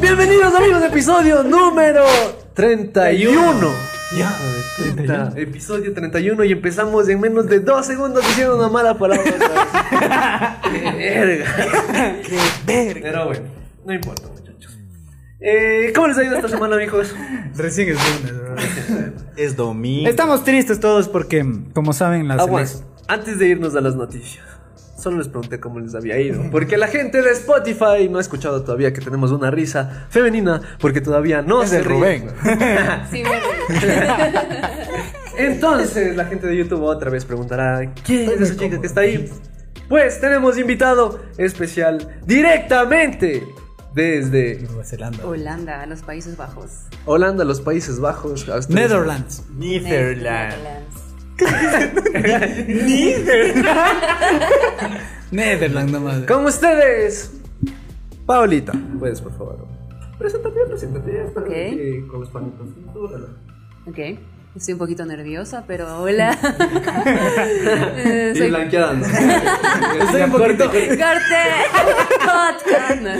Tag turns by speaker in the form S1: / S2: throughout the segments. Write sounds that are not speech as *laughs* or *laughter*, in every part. S1: Bienvenidos amigos, episodio número 31. Ya, 30, episodio 31 y empezamos en menos de dos segundos diciendo una mala
S2: *laughs*
S1: palabra. otra vez. ¡Qué verga!
S2: ¡Qué verga!
S1: Pero bueno, no importa muchachos. Eh, ¿Cómo les ha ido esta semana, amigos?
S3: Recién es lunes, ¿verdad?
S2: Es domingo.
S3: Estamos tristes todos porque, como saben, las
S1: Aguas, antes de irnos a las noticias, solo les pregunté cómo les había ido. Porque la gente de Spotify no ha escuchado todavía que tenemos una risa femenina, porque todavía no
S2: Es
S1: se
S2: de
S1: ríen.
S2: Rubén.
S4: Sí, bueno.
S1: Entonces, la gente de YouTube otra vez preguntará: ¿Quién es esa chica que está ahí? Pues tenemos invitado especial directamente desde
S3: Nueva Zelanda.
S4: Holanda, los Países Bajos.
S1: Holanda, los Países Bajos, Austria-
S3: Netherlands.
S2: Netherlands.
S3: Netherlands nomás.
S1: Con ustedes, Paulita. Puedes, por favor. Preséntate, preséntate. ya está,
S4: Ok.
S1: eh, Con los panitos.
S4: *laughs*
S1: Tú, relaja.
S4: Ok. Estoy un poquito nerviosa, pero hola. Eh,
S1: Y
S4: soy
S1: blanqueada.
S4: *laughs*
S1: ¿no? Estoy un
S3: Corte,
S1: poquito.
S4: Corte. Cut. No,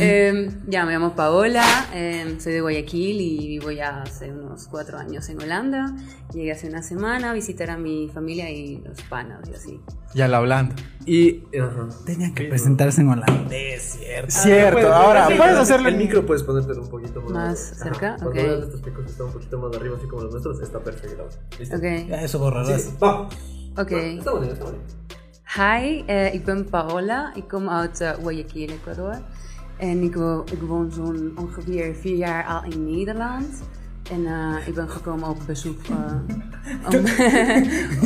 S4: eh, ya, me llamo Paola, eh, soy de Guayaquil y vivo ya hace unos cuatro años en Holanda. Llegué hace una semana a visitar a mi familia y los panas y así.
S3: Ya la hablando.
S1: Y. Ajá.
S3: Tenían que presentarse en holandés, cierto. Cierto,
S1: Puedes-
S3: ahora
S1: sí,
S3: Ah, puedes
S1: el-
S3: hacerlo
S1: El
S3: en
S1: micro puedes ponértelo un poquito más.
S4: Más
S1: Ajá.
S4: cerca,
S1: Cuando
S4: ok.
S1: veas estos picos que están un poquito más arriba, así como los nuestros, está perfecto. ¿Listo?
S4: Ok.
S3: Eso borrarás.
S1: Sí, vamos.
S4: Ok.
S1: No, Está bonito, está bonito.
S4: Hi, eh, ik ben Paola. Ik kom uit eh, Guayaquil, Ecuador. En ik, wo- ik woon zo'n ongeveer vier jaar al in Nederland. En eh, ik ben gekomen op bezoek. eh,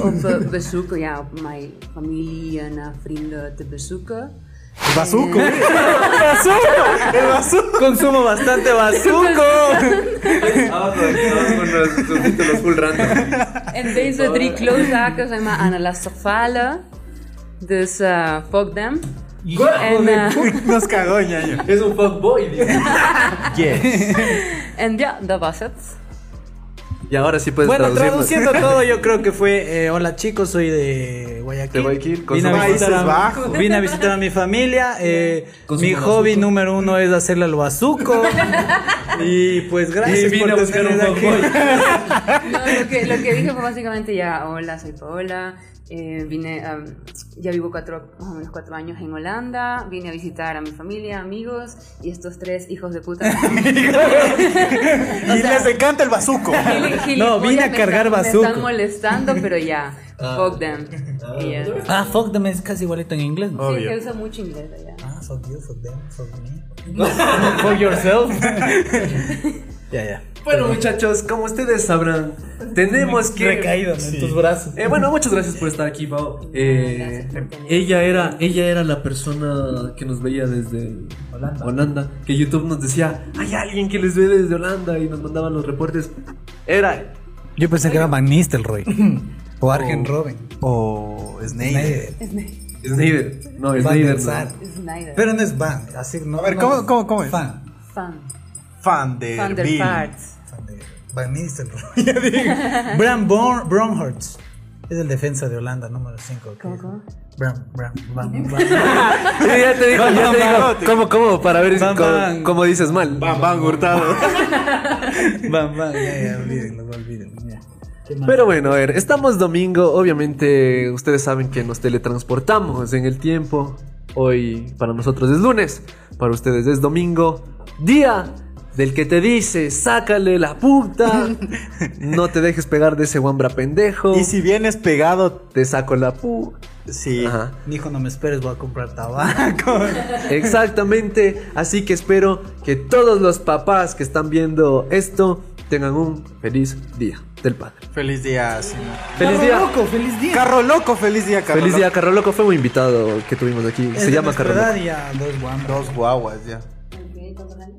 S4: om *laughs* op eh, bezoek, ja, op mijn familie en eh, vrienden te bezoeken.
S3: El bazuco. *laughs* El bazuco. El bazuco. Consumo bastante bazuco.
S1: Abajo de abajo con los subtítulos full random.
S4: En deze drie klootzaken zijn maar aan de laatste falen. Dus eh, fuck them. En, eh,
S3: Nos cagó, ñaño.
S1: Es un fuckboy, *laughs* dice.
S4: en ja, dat was het.
S1: Y ahora sí puedes
S2: Bueno,
S1: traducirnos.
S2: traduciendo todo, yo creo que fue: eh, Hola chicos, soy de Guayaquil.
S1: De Guayaquil, con
S2: vine,
S1: sus
S2: a visitar
S3: Países
S2: a,
S3: Bajos.
S2: vine a visitar a mi
S1: *laughs*
S2: familia. eh,
S1: Con su
S2: mi
S1: bazuco.
S2: hobby número uno es hacerle al bazuco.
S1: *laughs*
S2: y pues gracias.
S1: Y vine a
S2: por
S1: buscar un
S2: tener aquí.
S1: fuckboy.
S4: No, lo que, lo que dije fue básicamente ya, hola, soy Paola, eh, vine, am, ya vivo cuatro, más o menos cuatro años en Holanda, vine a visitar a mi familia, amigos y estos tres hijos de puta.
S3: *laughs* Y les encanta el bazuco.
S4: *laughs* Gili-
S2: No,
S4: gilipollas
S2: vine a
S4: me
S2: cargar
S4: están-
S2: bazuco.
S4: Me están molestando, pero ya, fuck them. Y ya.
S2: Ah, fuck them es casi igualito en inglés. ¿no?
S4: Sí, que usa mucho inglés allá.
S2: Ah, fuck you, fuck them, fuck me. *laughs* fuck yourself.
S1: *laughs*
S2: ya, ya.
S1: *laughs* Bueno, muchachos, como ustedes sabrán, tenemos que.
S2: Recaído en tus brazos.
S1: Eh, bueno, muchas gracias por estar aquí, Pau. Eh,
S4: Gracias por tenerme.
S1: ella, era, ella era la persona que nos veía desde Holanda. Que YouTube nos decía, hay alguien que les ve desde Holanda y nos mandaban los reportes. Era.
S3: Yo pensé que era Van
S2: *clears throat*
S3: Nistelrooy. O
S2: Arjen Robben.
S3: O Snyder.
S1: Snyder. No,
S2: Van
S1: Snyder.
S2: der Sar.
S1: no.
S4: Snyder.
S2: Pero no es van, así no.
S3: A ver,
S2: no
S3: ¿cómo- cómo- cómo es?
S2: Fan.
S4: Fan.
S3: Fan de.
S4: Fan der Parts.
S2: Fan de Van *laughs* Nistelrooy. ya digo. Bram Bor- Bromhorst. Es el defensa de Holanda, número 5.
S4: ¿Cómo, cómo?
S2: Bram, Bram, Bram,
S4: *laughs*
S2: Bram.
S1: Sí, ya te dijo, ya te dijo. ¿Cómo, cómo? Para ver si
S2: Van,
S1: cómo,
S2: van.
S1: cómo dices mal. Van, van, hurtado.
S2: Bam, bam. Ya, ya, olvídenlo, olvídenlo. Ya. Qué mal.
S1: Pero bueno, a ver, estamos domingo, obviamente ustedes saben que nos teletransportamos en el tiempo. Hoy para nosotros es lunes, para ustedes es domingo, día del que te dice, sácale la puta, no te dejes pegar de ese guambra pendejo,
S5: Y si vienes pegado,
S1: te saco la pu.
S5: sí.
S1: Ajá.
S2: Mi hijo, no me esperes, voy a comprar tabaco.
S1: Exactamente, así que espero que todos los papás que están viendo esto tengan un feliz día del padre.
S5: Feliz día, señor.
S1: Feliz día.
S2: Loco, feliz día.
S5: Carro loco, feliz día, Carro
S1: Feliz día, Carro Loco fue un invitado que tuvimos aquí.
S2: Es
S1: Se
S2: de
S1: llama
S2: nuestra
S1: Carro Loco.
S2: edad y a dos guambras.
S5: Dos guaguas ya.
S4: Ok, ¿cuántos años?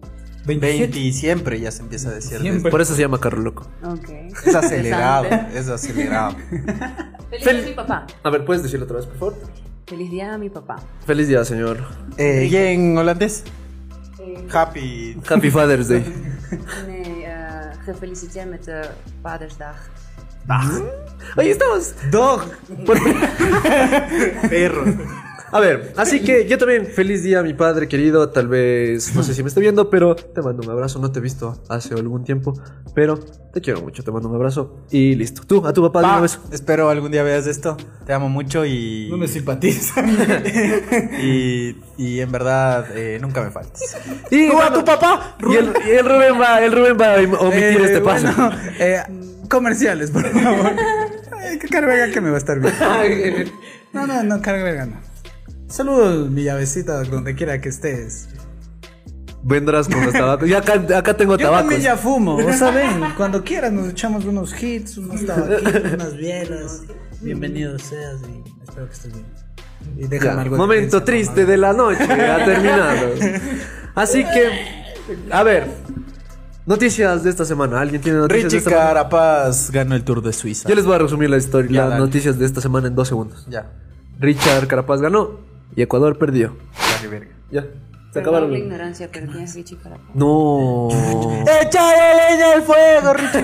S5: 20 y siempre ya se empieza a decir. de
S2: Siempre.
S5: esto.
S1: Por eso se llama Carro Loco.
S4: Ok.
S5: Es acelerado,
S4: Interesante.
S5: es acelerado.
S4: Feliz
S1: Fel-
S4: día a mi papá.
S1: A ver, ¿puedes decirlo otra vez, por favor?
S4: Feliz día a mi papá.
S1: Feliz día, señor.
S5: Eh, ¿Y en holandés?
S4: *laughs* Eh,
S5: Happy.
S1: Happy Father's Day.
S4: Nee, eh, gefeliciteerd met de Vadersdag.
S1: Ahí estamos.
S2: Ah. Dog.
S1: Por-
S5: Perro.
S1: A ver, así que yo también, feliz día, mi padre querido. Tal vez, no sé si me esté viendo, pero te mando un abrazo. No te he visto hace algún tiempo, pero te quiero mucho. Te mando un abrazo y listo. Tú, a tu papá, de una
S5: Pa,
S1: vez.
S5: espero algún día veas esto. Te amo mucho y.
S2: No me simpatiza.
S5: *laughs* y, y en verdad, eh, nunca
S1: *laughs*
S5: me faltes.
S1: Y,
S5: ¿Tú a
S1: bueno,
S5: tu papá?
S1: y el, y el Rubén va, el Rubén va a im- omitir
S2: Eh,
S1: este paso.
S2: bueno, eh, comerciales, por favor. Ay, que carga que me va a estar bien. No, no, no, carga verga, no. Saludos, mi llavecita, donde quiera que estés.
S1: Vendrás con los tabacos. Yo acá, acá tengo
S2: Yo
S1: tabacos.
S2: también ya fumo, o saben, cuando quieras nos echamos unos hits, unos tabaquitos, unas bielas. Bienvenido seas y espero que estés bien. Y
S1: Ya,
S2: déjame algo de
S1: Momento
S2: prensa,
S1: triste
S2: mamá.
S1: de la noche,
S2: *laughs*
S1: ha terminado. Así que, a ver, noticias de esta semana. ¿Alguien tiene noticias de
S5: Richie
S1: esta semana?
S5: Carapaz ganó el Tour de Suiza.
S1: Yo les voy a resumir la historia,
S5: Ya,
S1: las
S5: dale.
S1: noticias de esta semana en dos segundos.
S5: Ya,
S1: Richard Carapaz ganó y Ecuador perdió.
S5: dale verga.
S1: Ya, se
S4: Perdón
S1: acabaron.
S4: la
S1: los-
S4: ignorancia, pero tienes que chicar.
S1: No. *laughs*
S5: ¡Echa leña al fuego, Richie!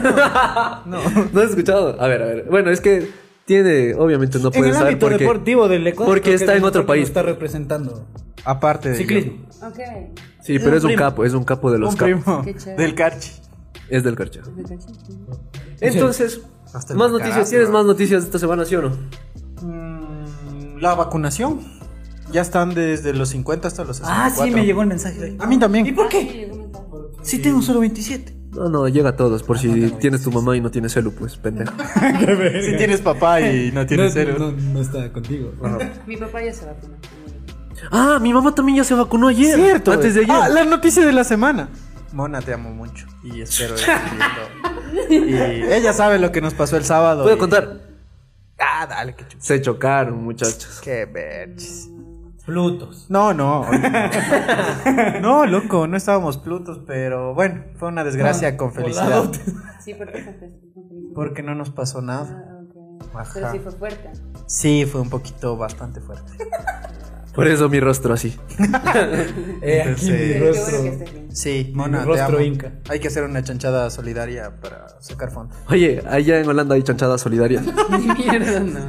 S1: no, no he escuchado. A ver, a ver. Bueno, es que tiene, obviamente no
S2: En
S1: pueden
S2: el
S1: saber
S2: ámbito
S1: por qué.
S2: deportivo del Ecuador.
S1: porque
S2: creo
S1: está
S2: que
S1: en otro
S2: creo que
S1: país.
S2: lo está representando.
S5: Aparte de.
S2: Ciclismo.
S4: Ok.
S1: Sí, pero
S2: un
S1: es un
S2: primo.
S1: capo, es un capo de los
S5: Un
S1: capos.
S5: primo.
S4: Qué chévere.
S5: Del Carchi.
S1: Es del corcho.
S4: ¿Me cachas?
S1: Entonces,
S5: Hasta el
S1: más
S5: carajo,
S1: noticias. ¿Tienes
S5: bro.
S1: más noticias esta semana, sí o no?
S5: Mm, La vacunación. Ya están desde los 50 hasta los 64.
S2: Ah, sí, me llegó el mensaje. hoy.
S5: A mí también.
S2: ¿Y por
S4: Ah, sí,
S2: qué?
S4: llegó un mensaje.
S2: Si tengo solo 27.
S1: No, no, llega a todos.
S5: Ah,
S1: Por si tienes tu mamá y no tienes celu, pues *laughs* pendejo.
S5: Si tienes papá y no tienes cero.
S2: está contigo.
S4: Mi papá ya se vacunó.
S1: Ah, mi mamá también ya se vacunó ayer.
S5: Cierto.
S1: Antes de ayer.
S5: Ah, la noticia de la semana. Mona, te amo mucho y espero verte viendo. Y ella sabe lo que nos pasó el sábado.
S1: Puedo
S5: y-
S1: contar.
S5: Ah, dale, qué chup.
S1: Se chocaron, muchachos.
S5: Qué bitches.
S2: Plutos.
S5: No, no. No, *laughs* loco, no estábamos plutos, pero bueno, fue una
S2: Ah,
S5: desgracia con felicidad.
S2: voladotes.
S4: Sí, porque fue festivo.
S5: Porque no nos pasó nada.
S4: Ah, ok.
S5: Ajá.
S4: Pero sí fue fuerte.
S5: Sí, fue un poquito bastante fuerte. *laughs*
S1: Por eso mi rostro así.
S2: Eh, aquí
S5: Entonces-
S2: mi
S4: Pero qué bueno que
S2: rostro.
S4: *laughs* estés bien.
S5: Sí, Mona, te
S2: rostro
S5: amo.
S2: inca.
S5: Hay que hacer una chanchada solidaria para sacar fondos.
S1: Oye, allá en Holanda hay chanchada *laughs* solidaria.
S4: Mierda, no.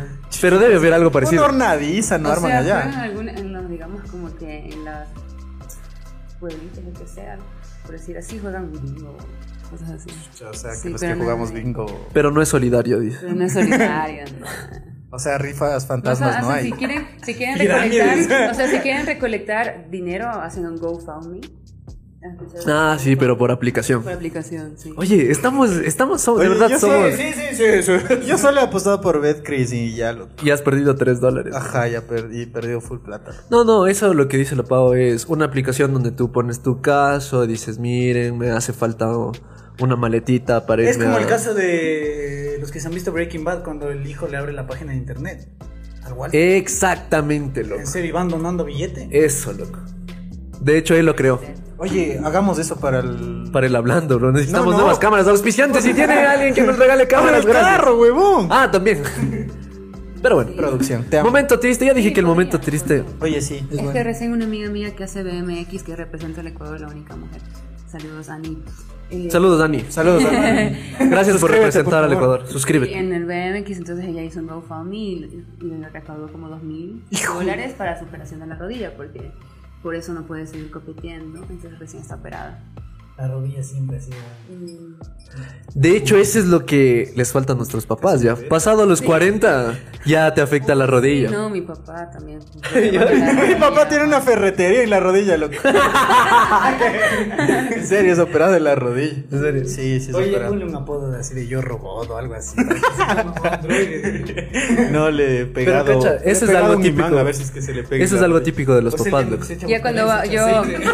S1: Pero debe haber algo
S5: Una
S1: parecido.
S5: hornadiza, no
S4: O
S5: arman
S4: sea, fueron
S5: allá.
S4: alguna- en los, digamos como que en las pueblitas, lo que sea, por decir así, juegan bingo, cosas así.
S5: O sea, que
S4: Sí,
S5: los
S4: pero
S5: que
S4: no-
S5: jugamos bingo.
S1: Pero no es solidario, dice.
S4: Pero no *laughs* es solitario, no.
S5: O sea, rifas
S4: O sea,
S5: fantasmas no
S4: hacen- si
S5: hay.
S4: quieren, si quieren
S2: Pirámides.
S4: recolectar, o sea, si quieren recolectar dinero, hacen un GoFundMe. ¿Has escuchado?
S1: Ah, sí, pero por aplicación.
S4: Por aplicación, sí.
S1: Oye, estamos, estamos, somos, de
S5: Oye,
S1: verdad
S5: yo
S1: somos.
S5: sí, sí, sí, sí. *laughs* Yo solo he apostado por BetCris y ya lo.
S1: Y has perdido 3 dólares.
S5: Ajá, ya perdí, perdido full plata.
S1: No, no, eso lo que dice la Pau es una aplicación donde tú pones tu caso, dices, miren, me hace falta una maletita para irme
S2: Es como
S1: a-
S2: el caso de los que se han visto Breaking Bad cuando el hijo le abre la página de internet. Al Walter.
S1: Exactamente, loco.
S2: En serio, y van donando billete.
S5: Eh.
S1: Eso, loco. De hecho, él lo creó.
S5: Oye, hagamos eso para el.
S1: Para el hablando, bro. Necesitamos
S5: No, no.
S1: nuevas cámaras. Auspiciantes, si tiene alguien que nos regale
S5: Para
S1: cámaras,
S5: el
S1: gracias.
S5: carro, huevón.
S1: Ah, también. Pero bueno.
S5: Producción, te amo.
S1: Momento triste. Ya dije
S4: Sí,
S1: que el
S4: podría,
S1: momento triste.
S5: Oye, sí.
S4: Es que recién una amiga mía que hace BMX, que representa al Ecuador, la única mujer. Saludos, Ani. Eh,
S1: Saludos, Dani.
S4: *laughs*
S5: Saludos, Dani.
S1: Gracias por
S5: Suscríbete,
S1: representar
S5: por
S1: al
S5: favor.
S1: Ecuador. Suscríbete.
S4: En el BMX, entonces ella hizo un GoFundMe y y le recaudó como 2.000 dólares para su operación de la rodilla, porque por eso no puede seguir compitiendo, entonces recién está operada.
S2: La rodilla siempre ha sido.
S1: De hecho, eso es lo que les falta a nuestros papás. Ya pasado los 40, ya te afecta la rodilla.
S4: No, mi papá
S5: *laughs*
S4: también.
S5: Mi papá tiene una ferretería en la rodilla, loco. en serio, es operado de la rodilla. ¿En serio? Sí, sí, es
S2: Oye,
S5: operado.
S2: ponle un apodo de así de yo robot o algo
S5: *laughs*
S2: así. Pues
S5: No le he pegado.
S1: cacha,
S5: le he
S1: eso es
S5: pegado
S1: algo
S5: un imán,
S1: típico.
S5: a ver si es que se le pega.
S1: Eso es
S5: la
S1: algo
S5: rodilla.
S1: típico de los
S2: Pues el
S1: papás.
S2: que
S1: loco.
S2: se echa
S4: Ya cuando va-
S2: botones,
S4: yo-
S2: aceite.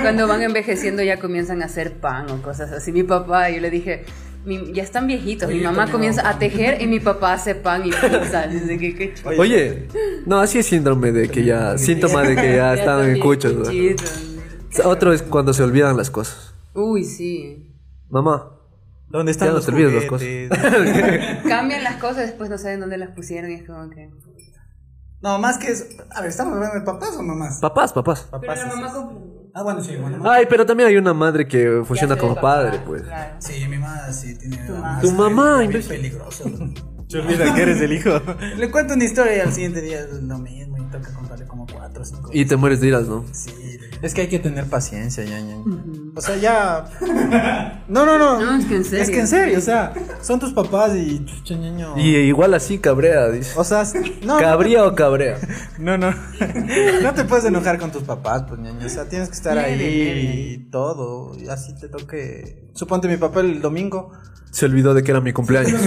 S4: Cuando van envejeciendo ya comienzan a hacer pan o cosas así. Mi papá, yo le dije, "Mi- ya están viejitos. Mi mamá comienza a tejer y mi papá hace pan
S1: *laughs*
S4: y pizza. Dice que qué chulo.
S1: Oye, no, así es síndrome de que ya, síntoma de que
S4: *laughs*
S1: ya están en cuchos. ¿no? Otro es cuando se olvidan las cosas.
S4: Uy, sí.
S1: Mamá,
S5: *laughs* ¿Dónde están
S1: Ya no
S5: los
S1: te olvides las
S5: juguetes?
S4: Cambian las cosas, después no saben dónde las pusieron y es como que...
S2: *laughs* No, más que es. A ver, ¿estamos hablando de papás o mamás?
S1: papás, papás.
S2: Papás. sí, sí. Ah, bueno, sí, bueno. mamá.
S1: Ay, pero también hay una madre que funciona
S4: Ya
S1: como
S4: sé,
S1: padre,
S4: papá,
S1: pues.
S4: claro.
S2: Sí, mi mamá sí tiene.
S1: Tu mamá,
S2: Es
S1: imbécil.
S2: peligroso.
S5: Se olvida que eres el hijo.
S2: Le cuento una historia y al siguiente día es lo mismo. toca contarle como cuatro o cinco.
S1: Y te mueres de iras, ¿no?
S2: Sí,
S5: Es que hay que tener paciencia, ñaña.
S2: o sea, ya. No, no, no.
S4: No, es que en serio.
S2: Es que en serio, o sea, son tus papás y.
S5: Chucha, ñaño.
S1: Y igual así cabrea, dice.
S2: O sea, no.
S1: ¿Cabría o cabrea?
S5: No, no. *laughs* No te puedes enojar con tus papás, pues ñaño. O sea, tienes que estar ahí y todo. Y así te toque. Suponte mi papá el domingo.
S1: Se olvidó de que era
S2: *laughs*
S1: mi cumpleaños.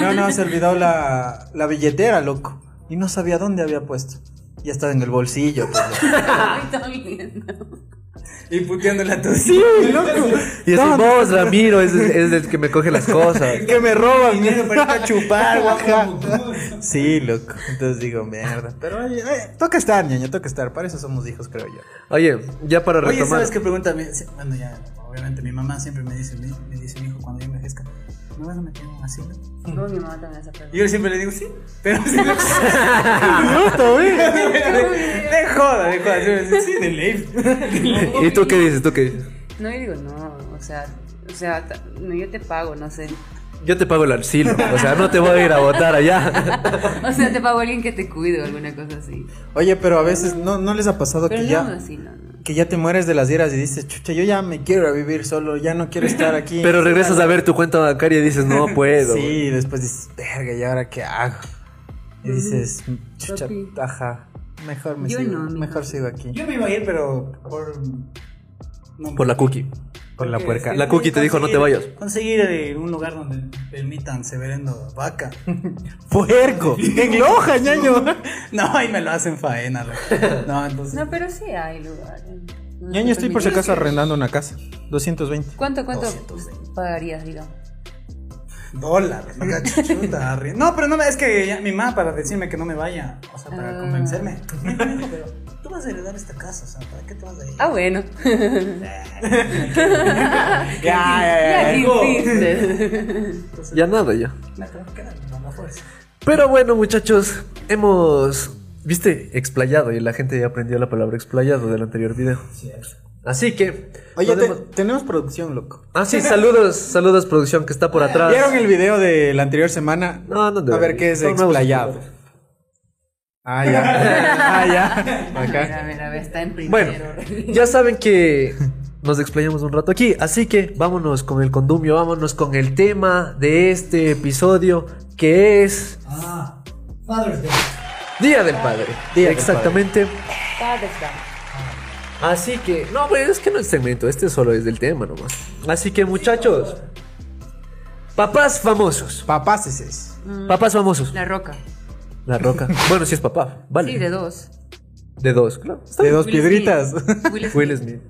S5: No, no, se olvidó la, la billetera, loco. Y no sabía dónde había puesto. Ya estaba en el bolsillo, pues. loco.
S4: *laughs* Ay, también, no.
S2: Y puteándole a tu Sí, loco.
S1: Y es vos, Ramiro, es, es el que me coge las cosas.
S5: Que me roban, ñaño, para irte a *laughs* chupar, guaja.
S2: guapo.
S5: Sí, loco. Entonces digo, mierda. Pero oye, oye, toca estar, ñaño, toca estar. Para eso somos hijos, creo yo.
S1: Oye, ya para
S2: Oye,
S1: retomar.
S2: ¿sabes qué pregunta? Me- sí, Bueno, ya, obviamente mi mamá siempre me dice, me, me dice mi hijo cuando yo envejezca, ¿me vas a meter en un asilo?
S4: Como mi mamá
S1: *laughs*
S4: también hace preguntas.
S2: Y yo siempre le digo, sí, pero *laughs* sí. ¿eh? De joda, de joda. Yo le digo, sí, de ley.
S1: ¿Y tú qué dices? ¿Tú qué dices?
S4: No, yo digo, no, o sea, o sea, ta- no, yo te pago, no sé.
S1: Yo te pago el asilo, o sea, no te voy a ir a votar allá.
S4: *laughs* O sea, te pago a alguien que te cuide o alguna cosa así.
S5: Oye, pero a veces no, no les ha pasado
S4: Pero
S5: que
S4: no,
S5: ya.
S4: así, no, no.
S5: Que ya te mueres de las hieras y dices, chucha, yo ya me quiero ir a vivir solo, ya no
S1: *laughs*
S5: quiero estar aquí.
S1: Pero regresas a ver tu cuenta bancaria y dices, no puedo.
S5: Sí, y después dices, verga, ¿y ahora qué hago? Y dices, chucha,
S4: Papi.
S5: ajá, mejor me
S4: Yo
S5: sigo,
S4: no, mijo.
S5: mejor sigo aquí.
S2: Yo me iba a ir, pero por. no,
S1: Por la cookie.
S5: Por la
S2: porque-
S5: puerca.
S1: La cookie te dijo, no te vayas.
S2: Conseguir eh, un lugar donde permitan severendo
S1: *laughs*
S2: vaca.
S5: ¡Puerco!
S4: *laughs*
S5: ¡En Loja, ñaño!
S2: No, ahí me lo hacen faena. loco. No, entonces.
S4: No, pero sí hay lugares. No
S5: ñaño,
S4: te
S5: estoy por si
S4: permiten.
S5: acaso arrendando una casa. 220.
S4: ¿Cuánto, cuánto
S2: 220.
S4: pagarías, digamos?
S2: Dólares, *laughs* no cacho, chuta, arri- No, pero no, me- es que ya- mi mamá para decirme que no me vaya, o sea, para
S4: Ah.
S2: convencerme. me dijo, *laughs* Pero tú vas a heredar esta casa, o sea, ¿para qué te vas a ir?
S4: Ah,
S5: *laughs*
S4: bueno.
S5: Ya, ya,
S4: Ya que
S5: ya.
S4: insistes.
S1: Ya nada, ya.
S2: Me tengo que quedar, no, no fuerza.
S1: Pero bueno, muchachos, hemos, viste, explayado y la gente ya aprendió la palabra explayado del anterior video. Así que,
S5: Oye, te-
S1: podemos-
S5: tenemos producción, loco.
S1: ah, sí, saludos, saludos, producción que está por atrás.
S5: ¿Vieron el video de la anterior semana?
S1: No, no
S5: A ver
S1: debería.
S5: qué es
S1: Son nuevos
S5: explayado.
S1: youtubers.
S4: *laughs*
S5: Ah, ya. Ah, ya.
S4: A ver, a
S5: Acá.
S4: ver, a ver, está en
S1: Bueno,
S4: primero.
S1: ya saben que nos explayamos un rato aquí, así que vámonos con el condumio, vámonos con el tema de este episodio que es
S2: Ah, Father's Day.
S1: Día del Padre.
S5: Día del
S1: Exactamente.
S4: Padre está.
S1: Así que, no, pero es que no es segmento, este solo es del tema nomás. Así que muchachos, papás famosos,
S5: Papáceses.
S4: Mm.
S1: papás famosos.
S4: La roca.
S1: La
S4: *laughs*
S1: Roca. Bueno, si es papá, vale.
S4: Sí, de dos.
S1: De dos, claro. Está
S5: De
S1: bien.
S5: dos
S4: Will
S5: piedritas.
S4: Smith. Will Smith.
S1: Will Smith.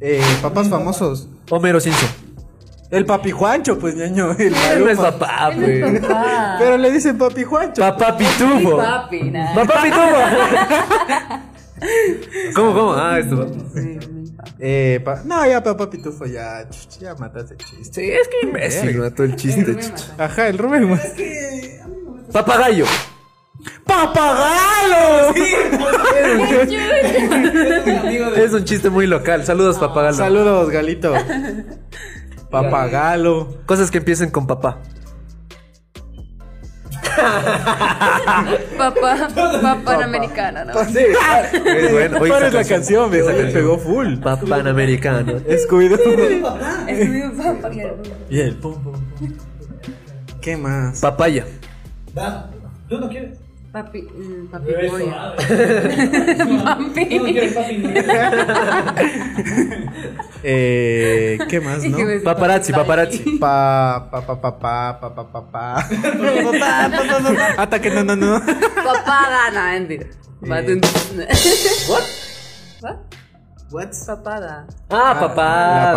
S5: Eh, papás famosos.
S1: Homero Simpson.
S5: El papi Juancho, pues ñaño. *laughs*
S1: Él
S5: El
S1: no es
S5: Maluma.
S1: papá,
S4: Él no es
S1: güey.
S4: papá.
S5: Pero le dicen papi Juancho.
S1: Papá Pitufo. *laughs*
S4: Sí, Ah, papi, nada.
S1: Papá Pitufo. ¿Cómo, cómo? Ah, esto.
S4: Sí, mi papá.
S5: Eh, pa- no, ya papá Pitufo, ya, ch- ya mataste el chiste.
S1: Sí, es que imbécil, mató el
S4: Pero
S1: chiste.
S4: me
S1: chucha.
S4: mata.
S5: Ajá, el Rubén. güey.
S1: Papagayo.
S5: ¡Papagalo!
S1: Es un chiste muy local. Saludos, papagalo.
S5: Saludos, *laughs* Galito. Papagalo.
S1: Cosas que empiecen con papá.
S4: Papá, papá panamericana, ¿no?
S5: Sí,
S1: Es bueno. Oye,
S5: ¿Cuál
S1: esa
S5: es la canción? Me
S1: esa canción.
S5: pegó full.
S1: Papá panamericano.
S5: Scooby-Doo.
S4: Es mi papá. y el-
S5: Y el pum, pum, pum. ¿Qué más?
S1: Papaya.
S2: Da, tú no quieres.
S4: Papi, mm, papi
S2: Eso,
S4: *laughs* boya.
S2: ah, eh. Tú no quieres,
S4: Papi.
S2: papi. no.
S5: Eh, ¿Qué más,
S4: Y
S5: no?
S4: *laughs* que me-
S1: Paparazzi, paparazzi.
S5: Pa, pa, pa, pa, pa, pa, pa, pa, *laughs* pa. Hasta que no, no, no.
S4: *laughs* Papá gana, mentira. Patun- *laughs*
S1: What?
S4: What?
S2: What?
S4: Papá da.
S1: Ah, papá.
S5: La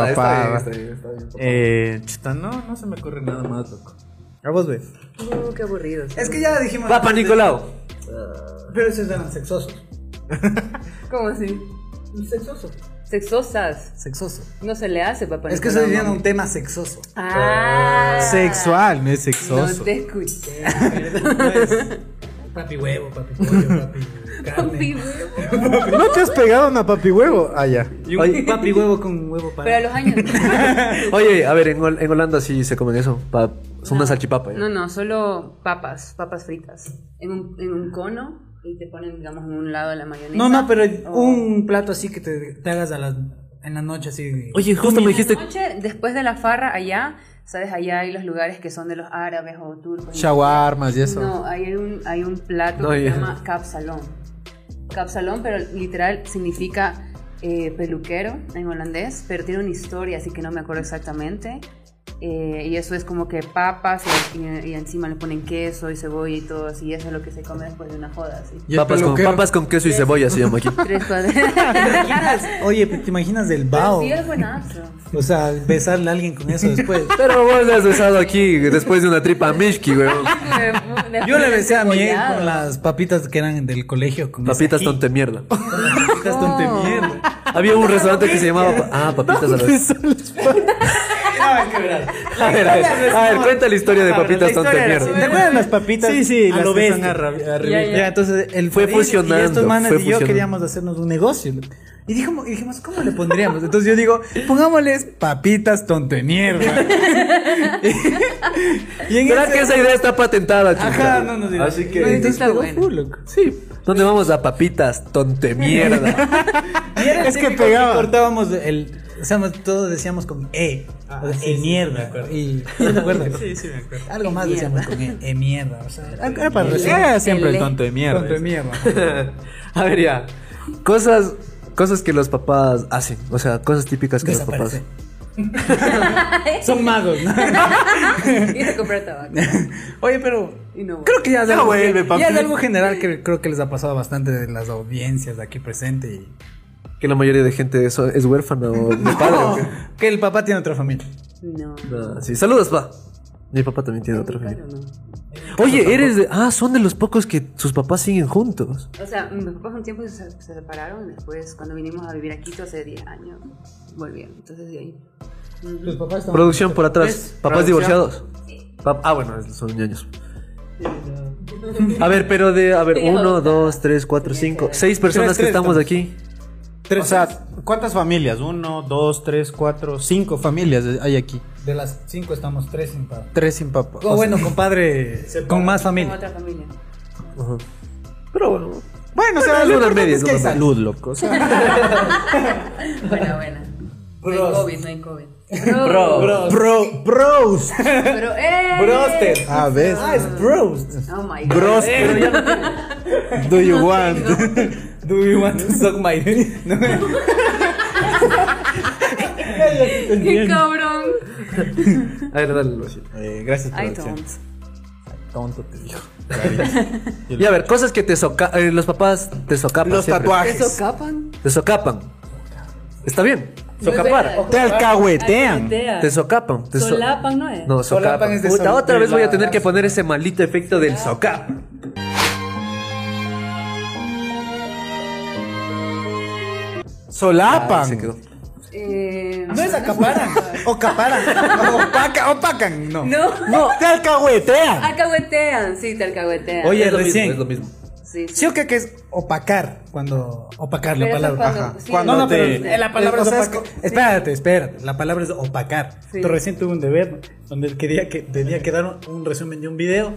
S1: Está bien,
S5: papada.
S1: está bien, está bien.
S5: Eh, chuta, no, no se me ocurre nada más, loco. A vos, güey.
S4: Uh, qué aburrido.
S2: Es que ya dijimos.
S1: Papá Nicolau.
S2: Pero esos eran sexosos.
S4: ¿Cómo así?
S2: Sexosos.
S4: Sexosas.
S2: Sexoso.
S4: No se le hace, papá.
S2: Es que
S4: Nicolau.
S2: estoy diciendo un tema sexoso.
S4: Ah.
S5: Sexual, no es
S4: No
S5: sexoso.
S4: te escuché.
S2: Pues, Papi huevo, papi pollo, papi
S4: *laughs* Papi,
S2: carne.
S4: huevo.
S5: ¿No te has pegado una papi huevo? Ah, ya.
S1: *laughs* Oye,
S2: papi huevo con huevo
S4: Pero a los años.
S1: Oye, a ver, en, Hol- en Holanda sí se comen eso. pa- son una salchipapa. ¿eh?
S4: No, no, solo papas, papas fritas. En un, en un cono Y te ponen, digamos, en un lado de la mayonesa.
S2: No, no, pero
S4: o-
S2: un plato así que te, te hagas a las, en la noche así.
S1: Oye, justo me dijiste.
S4: Noche, después de la farra, allá, ¿sabes? Allá hay los lugares que son de los árabes o turcos.
S5: Shawarmas y eso.
S4: No, hay un, hay un plato
S1: No,
S4: que
S1: ya.
S4: se llama capsalón. Capsalón, pero literal significa eh, peluquero en holandés, pero tiene una historia, así que no me acuerdo exactamente. Eh, y eso es como que papas y, y- y encima le ponen queso y cebolla y todo, así, y eso es lo que se come después de una joda, así.
S5: Y el
S1: Papas con,
S5: peluquero.
S1: papas con queso y cebolla se llama aquí.
S4: Tres cuadras.
S2: Oye, pero ¿te imaginas del *laughs* bao?
S4: Sí, es buenazo.
S2: O sea, besarle a alguien con eso después.
S1: Pero vos le has besado aquí después de una tripa Mishki, weón.
S2: Yo le besé a mi ex
S4: Cebollado.
S2: con las papitas que eran del colegio. Con
S1: Papitas tonte mierda.
S2: Papitas tonte mierda.
S1: *laughs* Había un restaurante que se llamaba. pa- Ah, papitas a las.
S2: *laughs*
S1: A ver, a ver, a ver, cuenta la historia de papitas tonte
S2: ¿Te
S1: mierda.
S2: acuerdas las papitas?
S3: Sí, sí,
S2: a
S3: las
S2: lo
S3: que son
S2: bestia?
S3: arra-
S4: Ya,
S3: arriba.
S4: ya.
S2: Ya, entonces él
S1: Fue
S2: Farid
S1: fusionando,
S2: Y estos manes
S1: fue
S2: y yo
S1: fusionando.
S2: queríamos hacernos un negocio. ¿no? Y dijimos, y dijimos, ¿cómo le pondríamos? Entonces yo digo, pongámosles papitas tonte mierda. y, y en
S1: ¿Será
S2: ese-
S1: que esa idea está patentada, chica?
S2: Ajá, no nos
S3: Así que-
S2: Entonces
S4: Está
S2: pegó
S4: bueno.
S2: full, loco.
S1: Sí. ¿Dónde vamos a papitas tonte mierda?
S2: Y era el
S3: Es que
S2: típico
S3: pegaba.
S2: cortábamos el. O sea, todos decíamos con E.
S3: Ah,
S2: o sea,
S3: sí, sí,
S2: e
S3: me
S2: mierda.
S3: acuerdo.
S2: y, ¿no te acuerdas?
S3: Sí, sí, me acuerdo. E
S2: Algo
S4: E
S2: más
S4: mierda.
S2: decíamos con E. E mierda. O sea, era para
S3: Para
S2: recibir.
S3: recibir siempre el
S4: L.
S3: tonto de mierda.
S2: Tonto de mierda.
S1: *laughs* a ver, ya. Cosas. Cosas que los papás hacen, o sea, cosas típicas que los papás.
S2: Desaparece. Son magos, ¿no?
S4: *laughs* Ir a comprar tabaco.
S2: *laughs* Oye, pero
S4: Y no
S2: creo que ya es,
S3: Ya
S2: algo,
S3: vuelve, papi.
S2: ya es algo general que creo que les ha pasado bastante de las audiencias de aquí presente. Y...
S1: Que la mayoría de gente es, es huérfana o de padre. ¿o qué?
S2: que el papá tiene otra familia.
S4: No.
S1: Ah, sí, saludos, pa. Mi papá también tiene otra
S4: Claro,
S1: familia.
S4: no.
S1: Oye, eres de. Ah, son de los pocos que sus papás siguen juntos.
S4: O sea, mis papás un tiempo se, se separaron, después cuando vinimos a vivir a Quito hace 10 años, volvieron. Entonces de ahí.
S2: Los
S4: Pues
S2: papás están.
S1: Producción por atrás. Papás
S3: Producción.
S1: divorciados. Pa- ah, bueno, son ñaños. A ver, pero de. A ver,
S4: Pero-
S1: uno, dos, tres, cuatro,
S4: Tenía que
S1: cinco.
S4: ver.
S1: Seis personas
S2: Tres,
S1: que
S2: tres
S1: estamos
S2: estamos.
S1: aquí.
S2: Tres
S5: O sea, ¿cuántas familias? Uno, dos, tres, cuatro, cinco familias hay aquí.
S2: de las cinco estamos tres sin papá.
S5: Tres sin papá.
S2: O bueno, compadre, con más
S4: Con
S2: familia.
S4: otra
S2: *laughs*
S4: familia.
S1: Ajá. Pero bueno.
S5: Bueno, o
S1: Bueno,
S5: sea, lo
S1: una
S5: importante
S1: media,
S5: es que hay
S1: una media.
S5: salud, loco. O *laughs* sea,
S4: Buena, buena. No hay
S2: Bros.
S4: COVID, no hay
S2: *laughs*
S4: COVID. Bro.
S2: Bro, bros.
S4: Pero, ¡eh!
S2: Broster.
S5: a ver.
S2: Ah, es
S5: *laughs*
S2: bros.
S4: Oh my god.
S5: Bros.
S2: *laughs*
S4: *laughs*
S5: Do you want?
S2: Do you want to suck my dick? No.
S4: ¡Qué cabrón!
S1: A ver, dale, Lucio.
S5: *laughs* Eh, gracias por
S4: I
S5: la
S4: don't.
S5: Tonto te dijo.
S1: *laughs* Y a ver, cosas que te soca eh, los papás te socapan.
S5: Los
S1: siempre.
S4: ¿Eso
S5: tatuajes.
S4: capan?
S1: Te socapan. Está bien.
S4: No es
S1: Socapar.
S4: verdad.
S5: Te alcahuetean.
S1: Te socapan. Te so-
S4: Solapan, ¿no es?
S1: No,
S2: Solapan
S1: socapan.
S2: es de
S1: Puta,
S2: sol-
S1: otra
S2: de
S1: vez voy a
S2: la-
S1: tener que poner ese maldito efecto del socapan. Ah, se quedó.
S5: Solapan.
S4: Eh,
S2: No es acaparan. O caparan.
S5: Opaca- opacan, no.
S4: No. *laughs*
S5: Te alcahuetean.
S4: Alcahuetean, sí, te alcahuetean.
S2: Oye,
S1: es lo mismo,
S2: recién.
S1: es lo mismo.
S4: Sí, sí.
S2: Sí o qué que es opacar cuando opacar la
S4: Pero eso es
S2: palabra.
S4: cuando-
S2: Ajá.
S4: sí,
S2: Cuando
S4: no,
S2: no,
S4: no,
S2: pero eh,
S4: pero
S2: la palabra
S5: o
S2: es
S5: sea, es
S2: opacar. Espérate, espérate. La palabra es opacar.
S4: Sí.
S2: Yo recién tuve un deber donde él quería que tenía que dar un, un resumen de un video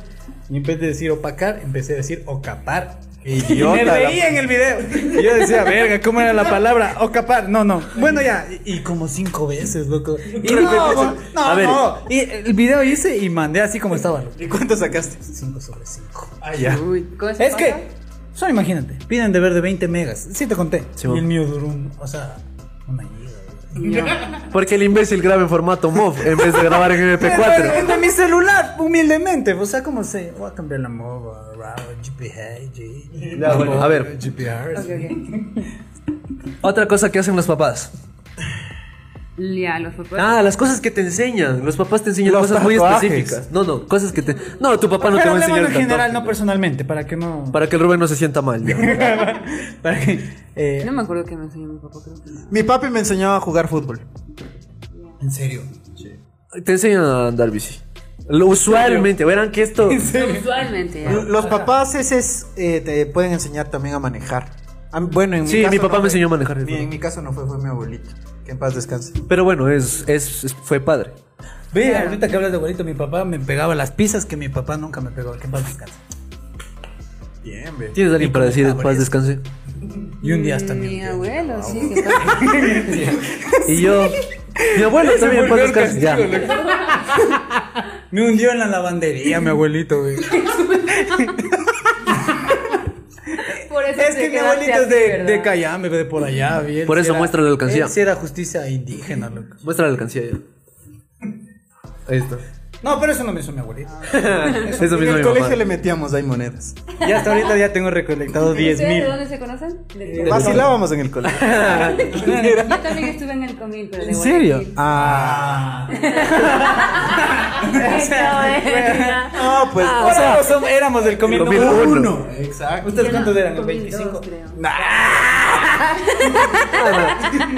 S2: y en vez de decir opacar, empecé a decir ocapar.
S5: Idiota,
S2: y me
S5: la-
S2: reía en el video. Y yo decía, verga, ¿cómo era la palabra? Ocapar. No, no. Bueno, ya. Y, y como cinco veces, loco. Y
S1: Claro,
S2: no,
S1: pero-
S2: no,
S1: a ver.
S2: no. Y el video hice y mandé así como estaba. loco.
S5: ¿Y cuánto sacaste?
S2: Cinco sobre cinco.
S5: Ah, ya.
S4: Uy, ¿cómo se
S2: Es que,
S4: pasa?
S2: solo imagínate, piden deber de 20 megas. Sí, te conté.
S1: Sí,
S2: y
S1: bueno.
S2: el mío duró, un- o sea, una giga.
S1: Porque el imbécil graba en formato MOV en vez
S2: *laughs*
S1: de grabar en
S2: Es de- Es
S1: MP4.
S2: Eh, de mi celular, humildemente. O sea, como se. Voy a cambiar la MOVA, RAW, GPH, G.
S1: Ya, bueno, a ver.
S2: GPR.
S4: *laughs* Ok, ok.
S1: Otra cosa que hacen los papás.
S4: Ya, los papás.
S1: Ah, las cosas que te enseñan. Los papás te enseñan
S5: Los
S1: cosas
S5: tatuajes.
S1: muy específicas. No, no, cosas que te. No, tu papá no te
S2: Pero
S1: va
S2: hablemos
S1: a enseñar.
S2: en general,
S1: tatuaje.
S2: no personalmente, para que no.
S1: *laughs* Para que el Rubén no se sienta mal. ya.
S2: para que. eh,
S4: No me acuerdo que me enseñó mi papá, creo que no.
S5: Mi papi me enseñaba a jugar fútbol.
S2: En serio.
S1: te enseñan a andar bici. Lo- usualmente, verán que esto.
S4: Usualmente, ya.
S5: Los papás eses eh, te pueden enseñar también a manejar. A mí- bueno, en mi
S1: Sí,
S5: caso
S1: mi papá
S5: no
S1: me
S5: fue-
S1: enseñó a manejar.
S5: mi- en mi caso no fue, fue mi abuelito. Que en paz descanse.
S1: Pero bueno, es, es, es- fue padre.
S2: Ve, ahorita que hablas de abuelito, mi papá me pegaba las pizzas que mi papá nunca me pegó. Que en paz descanse.
S5: Bien, ve.
S1: ¿Tienes alguien para decir paz descanse?
S2: Y un día hasta mi.
S4: Mi abuelo, sí, que
S2: *laughs*
S4: está-
S1: Y yo. Mi abuelo también paz descanse. Ya.
S2: Me hundió en la lavandería, mi abuelito, güey.
S4: *laughs* Por eso
S2: Es
S4: te
S2: que mi
S4: quedaste
S2: abuelito es
S4: así,
S2: de,
S4: ¿verdad?
S2: de Cayambe, de por allá, bien.
S1: Por eso muéstrale la alcancía.
S2: Sí, era justicia indígena, loco.
S1: Muestra la alcancía ya. Ahí
S5: *laughs*
S1: está.
S2: No, pero eso no me hizo mi abuelito.
S1: Eso
S5: En
S1: mismo
S5: el
S1: mi
S5: colegio
S1: mamá.
S5: le metíamos ahí monedas.
S3: Ya hasta ahorita ya tengo recolectado
S4: ¿Ustedes
S3: 10 mil.
S4: de dónde se conocen? Del Comil.
S5: Vacilábamos en el colegio.
S4: Yo también estuve en el Comil, pero de
S1: ¿En serio?
S4: Guayaquil.
S5: Ah.
S4: Eso es.
S5: No, pues.
S3: O sea, som- éramos del comino
S1: Comil
S3: uno.
S1: uno.
S5: Exacto.
S2: ¿Ustedes cuántos eran?
S4: Comil dos,
S2: 25.
S4: creo.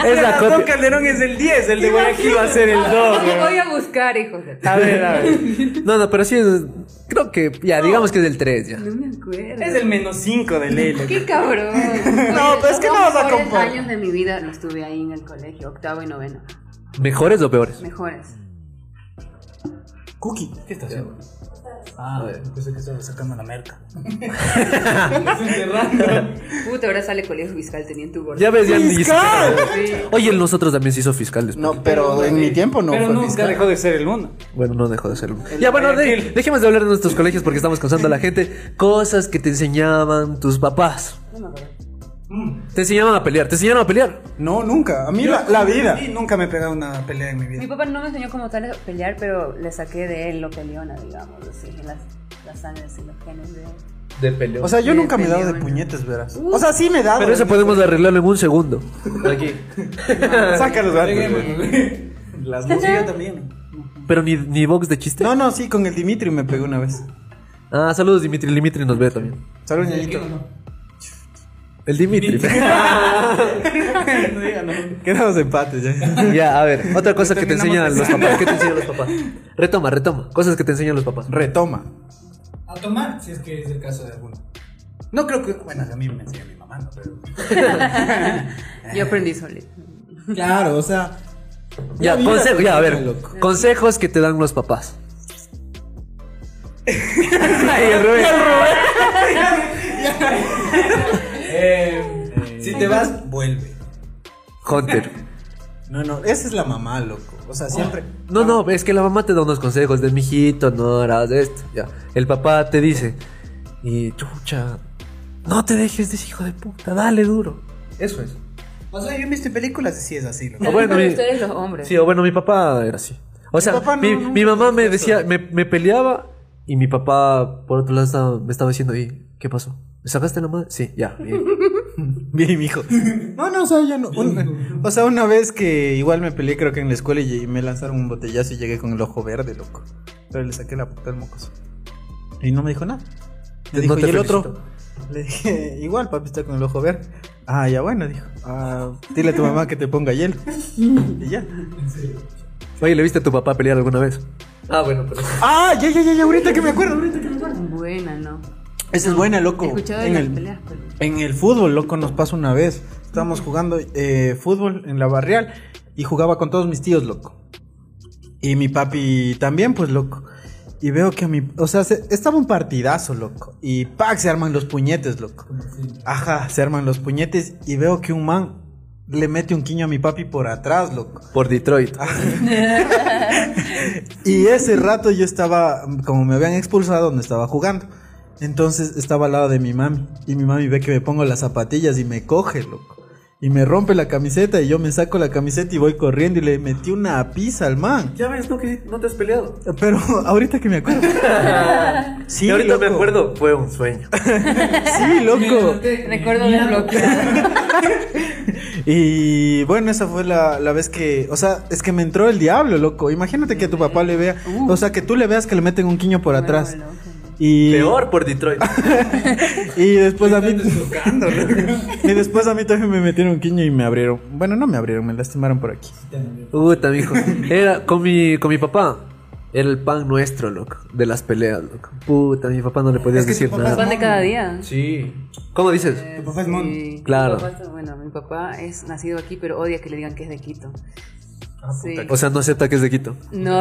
S1: Es
S5: *laughs*
S1: la
S3: Gastón
S1: copia.
S3: Calderón es el 10, el de Guayaquil va a ser el 2.
S4: Lo voy a buscar, hijos de...
S3: A ver, a ver.
S1: No, no, pero sí es. Creo que. Ya, digamos que es del 3 ya.
S4: No me acuerdo.
S3: Es el menos 5 de ley. loco.
S4: ¡Qué cabrón!
S5: No, pero es que no vas
S4: Los
S5: a
S4: mejores
S5: comparar.
S4: años de mi vida los tuve ahí en el colegio, octavo y noveno.
S1: ¿Mejores o peores?
S4: Mejores.
S5: Cookie. ¿Qué estás haciendo?
S2: Ah, pensé que estaba sacando la
S5: *laughs*
S2: merca.
S4: Puta, ahora sale colegio fiscal teniendo tu gordo.
S1: Ya ves, ya ni
S5: ¡Fiscal!
S1: siquiera- Oye, el nosotros también se hizo fiscal después.
S5: No, pero en mi tiempo no
S3: Pero
S5: fue
S3: nunca
S5: fiscal.
S3: dejó de ser el 1.
S1: Bueno, no dejó de ser. un- Ya, bueno, de-
S3: Guayaquil.
S1: dejemos de hablar de nuestros colegios porque estamos cansando a la gente. Cosas que te enseñaban tus papás. Te enseñaban a pelear, te enseñaron a pelear.
S5: No, nunca. A mí la, la vida.
S2: Y nunca me he pegado una pelea en mi
S4: Mi
S2: vida.
S4: papá no me enseñó como tal a pelear, pero le saqué de él lo peleona, digamos, así, las, las sangres y los genes de él.
S1: De pelear.
S5: O sea, yo
S4: Me
S5: nunca me he dado de
S4: peleó, ¿no?
S5: puñetes, verás. O sea, sí me he dado.
S1: Pero eso podemos arreglarlo en un segundo. Aquí.
S5: Saca los gatos.
S2: Las dos yo también.
S1: Pero ni, ni box de chiste.
S5: No, no, sí, con el Dimitri me pegó una vez.
S1: Ah, saludos Dimitri. El Dimitri nos ve también.
S5: Salud, ñañito.
S2: *laughs*
S1: El Dimitri.
S5: Quedamos empates
S1: *laughs*
S5: ya.
S1: ya, a ver. Otra cosa que te
S2: Terminamos
S1: enseñan los papás. ¿Qué te enseñan los papás? Retoma, retoma. Cosas que te enseñan los papás.
S5: Retoma.
S2: A tomar, si es que es el caso de alguno. No creo que. Bueno, a mí me enseñó mi mamá, no, pero.
S4: Yo aprendí solito.
S5: Claro, o sea.
S1: Ya,
S5: vida
S1: consejo,
S5: te
S1: ya, a
S5: enseña,
S1: ver.
S5: loco.
S1: Consejos que te dan los papás.
S5: Si te vas, vuelve.
S1: Hunter.
S5: No, no, esa es la mamá, loco. O sea, siempre.
S1: No, no, es que la mamá te da unos consejos de mijito, no harás esto. Ya. El papá te dice, y chucha, no te dejes de ese hijo de puta, dale *laughs* duro. Eso es.
S2: O sea, yo he visto en *laughs* películas y sí es así, loco.
S1: O Ah, bueno,
S4: Pero
S1: mi-
S4: ustedes los hombres.
S1: Sí, o bueno, mi papá era así. O sea, mi,
S5: papá no-
S1: mi,
S5: nunca
S1: mamá me decía, me, me peleaba y mi papá, por otro lado, estaba- me estaba diciendo, ¿y qué pasó? ¿Me sacaste la madre? Sí, ya, bien. *laughs* bien, mijo.
S5: No, no, o sea, yo no. un- o sea, una vez que igual me peleé, creo que en la escuela y, y me lanzaron un botellazo y llegué con el ojo verde, loco. Pero le saqué la puta al mocoso. Y no me dijo nada. Le
S1: No
S5: dijo,
S1: te
S5: ¿y el otro?
S1: felicito".
S5: Le dije, igual, papi está con el ojo verde. Ah, ya bueno, dijo. "Ah, dile a tu mamá que te ponga hielo. y ya.
S1: Oye, ¿le viste a tu papá pelear alguna vez? Ah, bueno, pero...
S5: Ah, ya, ya, ya, ya, ahorita que me acuerdo, ahorita que me acuerdo.
S4: Buena, ¿no?
S5: Esa es buena, loco.
S4: He escuchado de
S5: En
S4: las
S5: el-
S4: peleas, pero...
S5: En el fútbol, loco, nos pasó una vez. Estábamos jugando eh, fútbol en la barrial y jugaba con todos mis tíos, loco. Y mi papi también, pues, loco. Y veo que a mi... O sea, se- estaba un partidazo, loco. Y ¡pac! Se arman los puñetes, loco. Ajá, se arman los puñetes y veo que un man le mete un quiño a mi papi por atrás, loco.
S1: Por Detroit.
S5: Y ese rato yo estaba, como me habían expulsado, donde estaba jugando. Entonces estaba al lado de mi mami. Y mi mami ve que me pongo las zapatillas y me coge, loco. Y me rompe la camiseta y yo me saco la camiseta y voy corriendo y le metí una pizza al man.
S1: Ya ves, no, que no te has *laughs* peleado.
S5: Pero *laughs* ahorita que me acuerdo. Sí,
S1: y ahorita me
S5: loco.
S1: acuerdo, fue un sueño.
S5: Sí, loco.
S4: Recuerdo desbloqueado.
S5: Y bueno, esa fue la, la vez que, o sea, es que me entró el diablo, loco. Imagínate que a tu papá le vea, o sea, que tú le veas que le meten un quiño por atrás.
S4: loco.
S5: Y
S1: Peor por Detroit.
S5: *laughs* Y después a mí. *laughs* y después a mí también me metieron quiño y me abrieron. Bueno, no me abrieron, me lastimaron por aquí.
S1: Puta, mijo. Era con mi, con mi papá. Era el pan nuestro, loco. De las peleas, loco. Puta, mi papá no le podías
S2: Es que tu
S1: decir
S2: papá
S1: nada.
S4: Pan de cada día.
S1: Sí. ¿Cómo dices?
S2: Tu papá es mono.
S4: Sí,
S1: Claro.
S4: mi papá está- bueno, mi papá es nacido aquí, pero odia que le digan que es de Quito. Sí.
S1: O sea, no acepta que es de Quito.
S4: No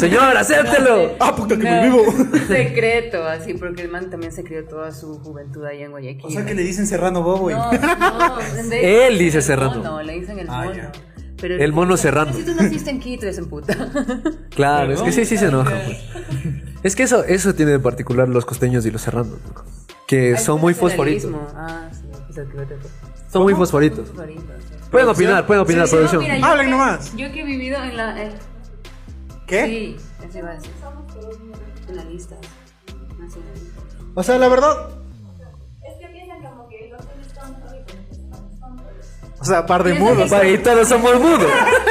S1: *laughs* Señor, acéptelo.
S5: Ah, puta, que me vivo. *laughs*
S4: Secreto, así, porque el man también se crió toda su juventud ahí en Guayaquil.
S5: O sea que le dicen serrano bobo y. *laughs*
S4: No, no, de-
S1: Él dice
S4: el
S1: serrano.
S4: mono, le dicen el
S5: Ah,
S4: mono.
S5: ya.
S4: Pero
S1: El mono serrano.
S4: Si tú naciste en Quito, es en puta.
S1: Claro, es que sí, sí se enojan. pues. Es que eso, eso tiene de particular los costeños y los serranos, loco. que son muy fosforitos.
S4: Nacionalismo. Ah, sí, pues, ok, vete, pues.
S1: Son muy fosforitos.
S4: Fosforitos.
S1: Pueden opinar, pueden opinar,
S4: Sí,
S1: producción.
S4: no, mira, yo
S5: Hablen
S4: que-
S5: nomás.
S4: Yo que he vivido en la. en-
S5: ¿Qué?
S4: Sí, eso iba a decir. Nacionalistas. Nacionalistas.
S5: O sea, la verdad. O sea, par de mudos.
S1: Va, Y todos somos mudos.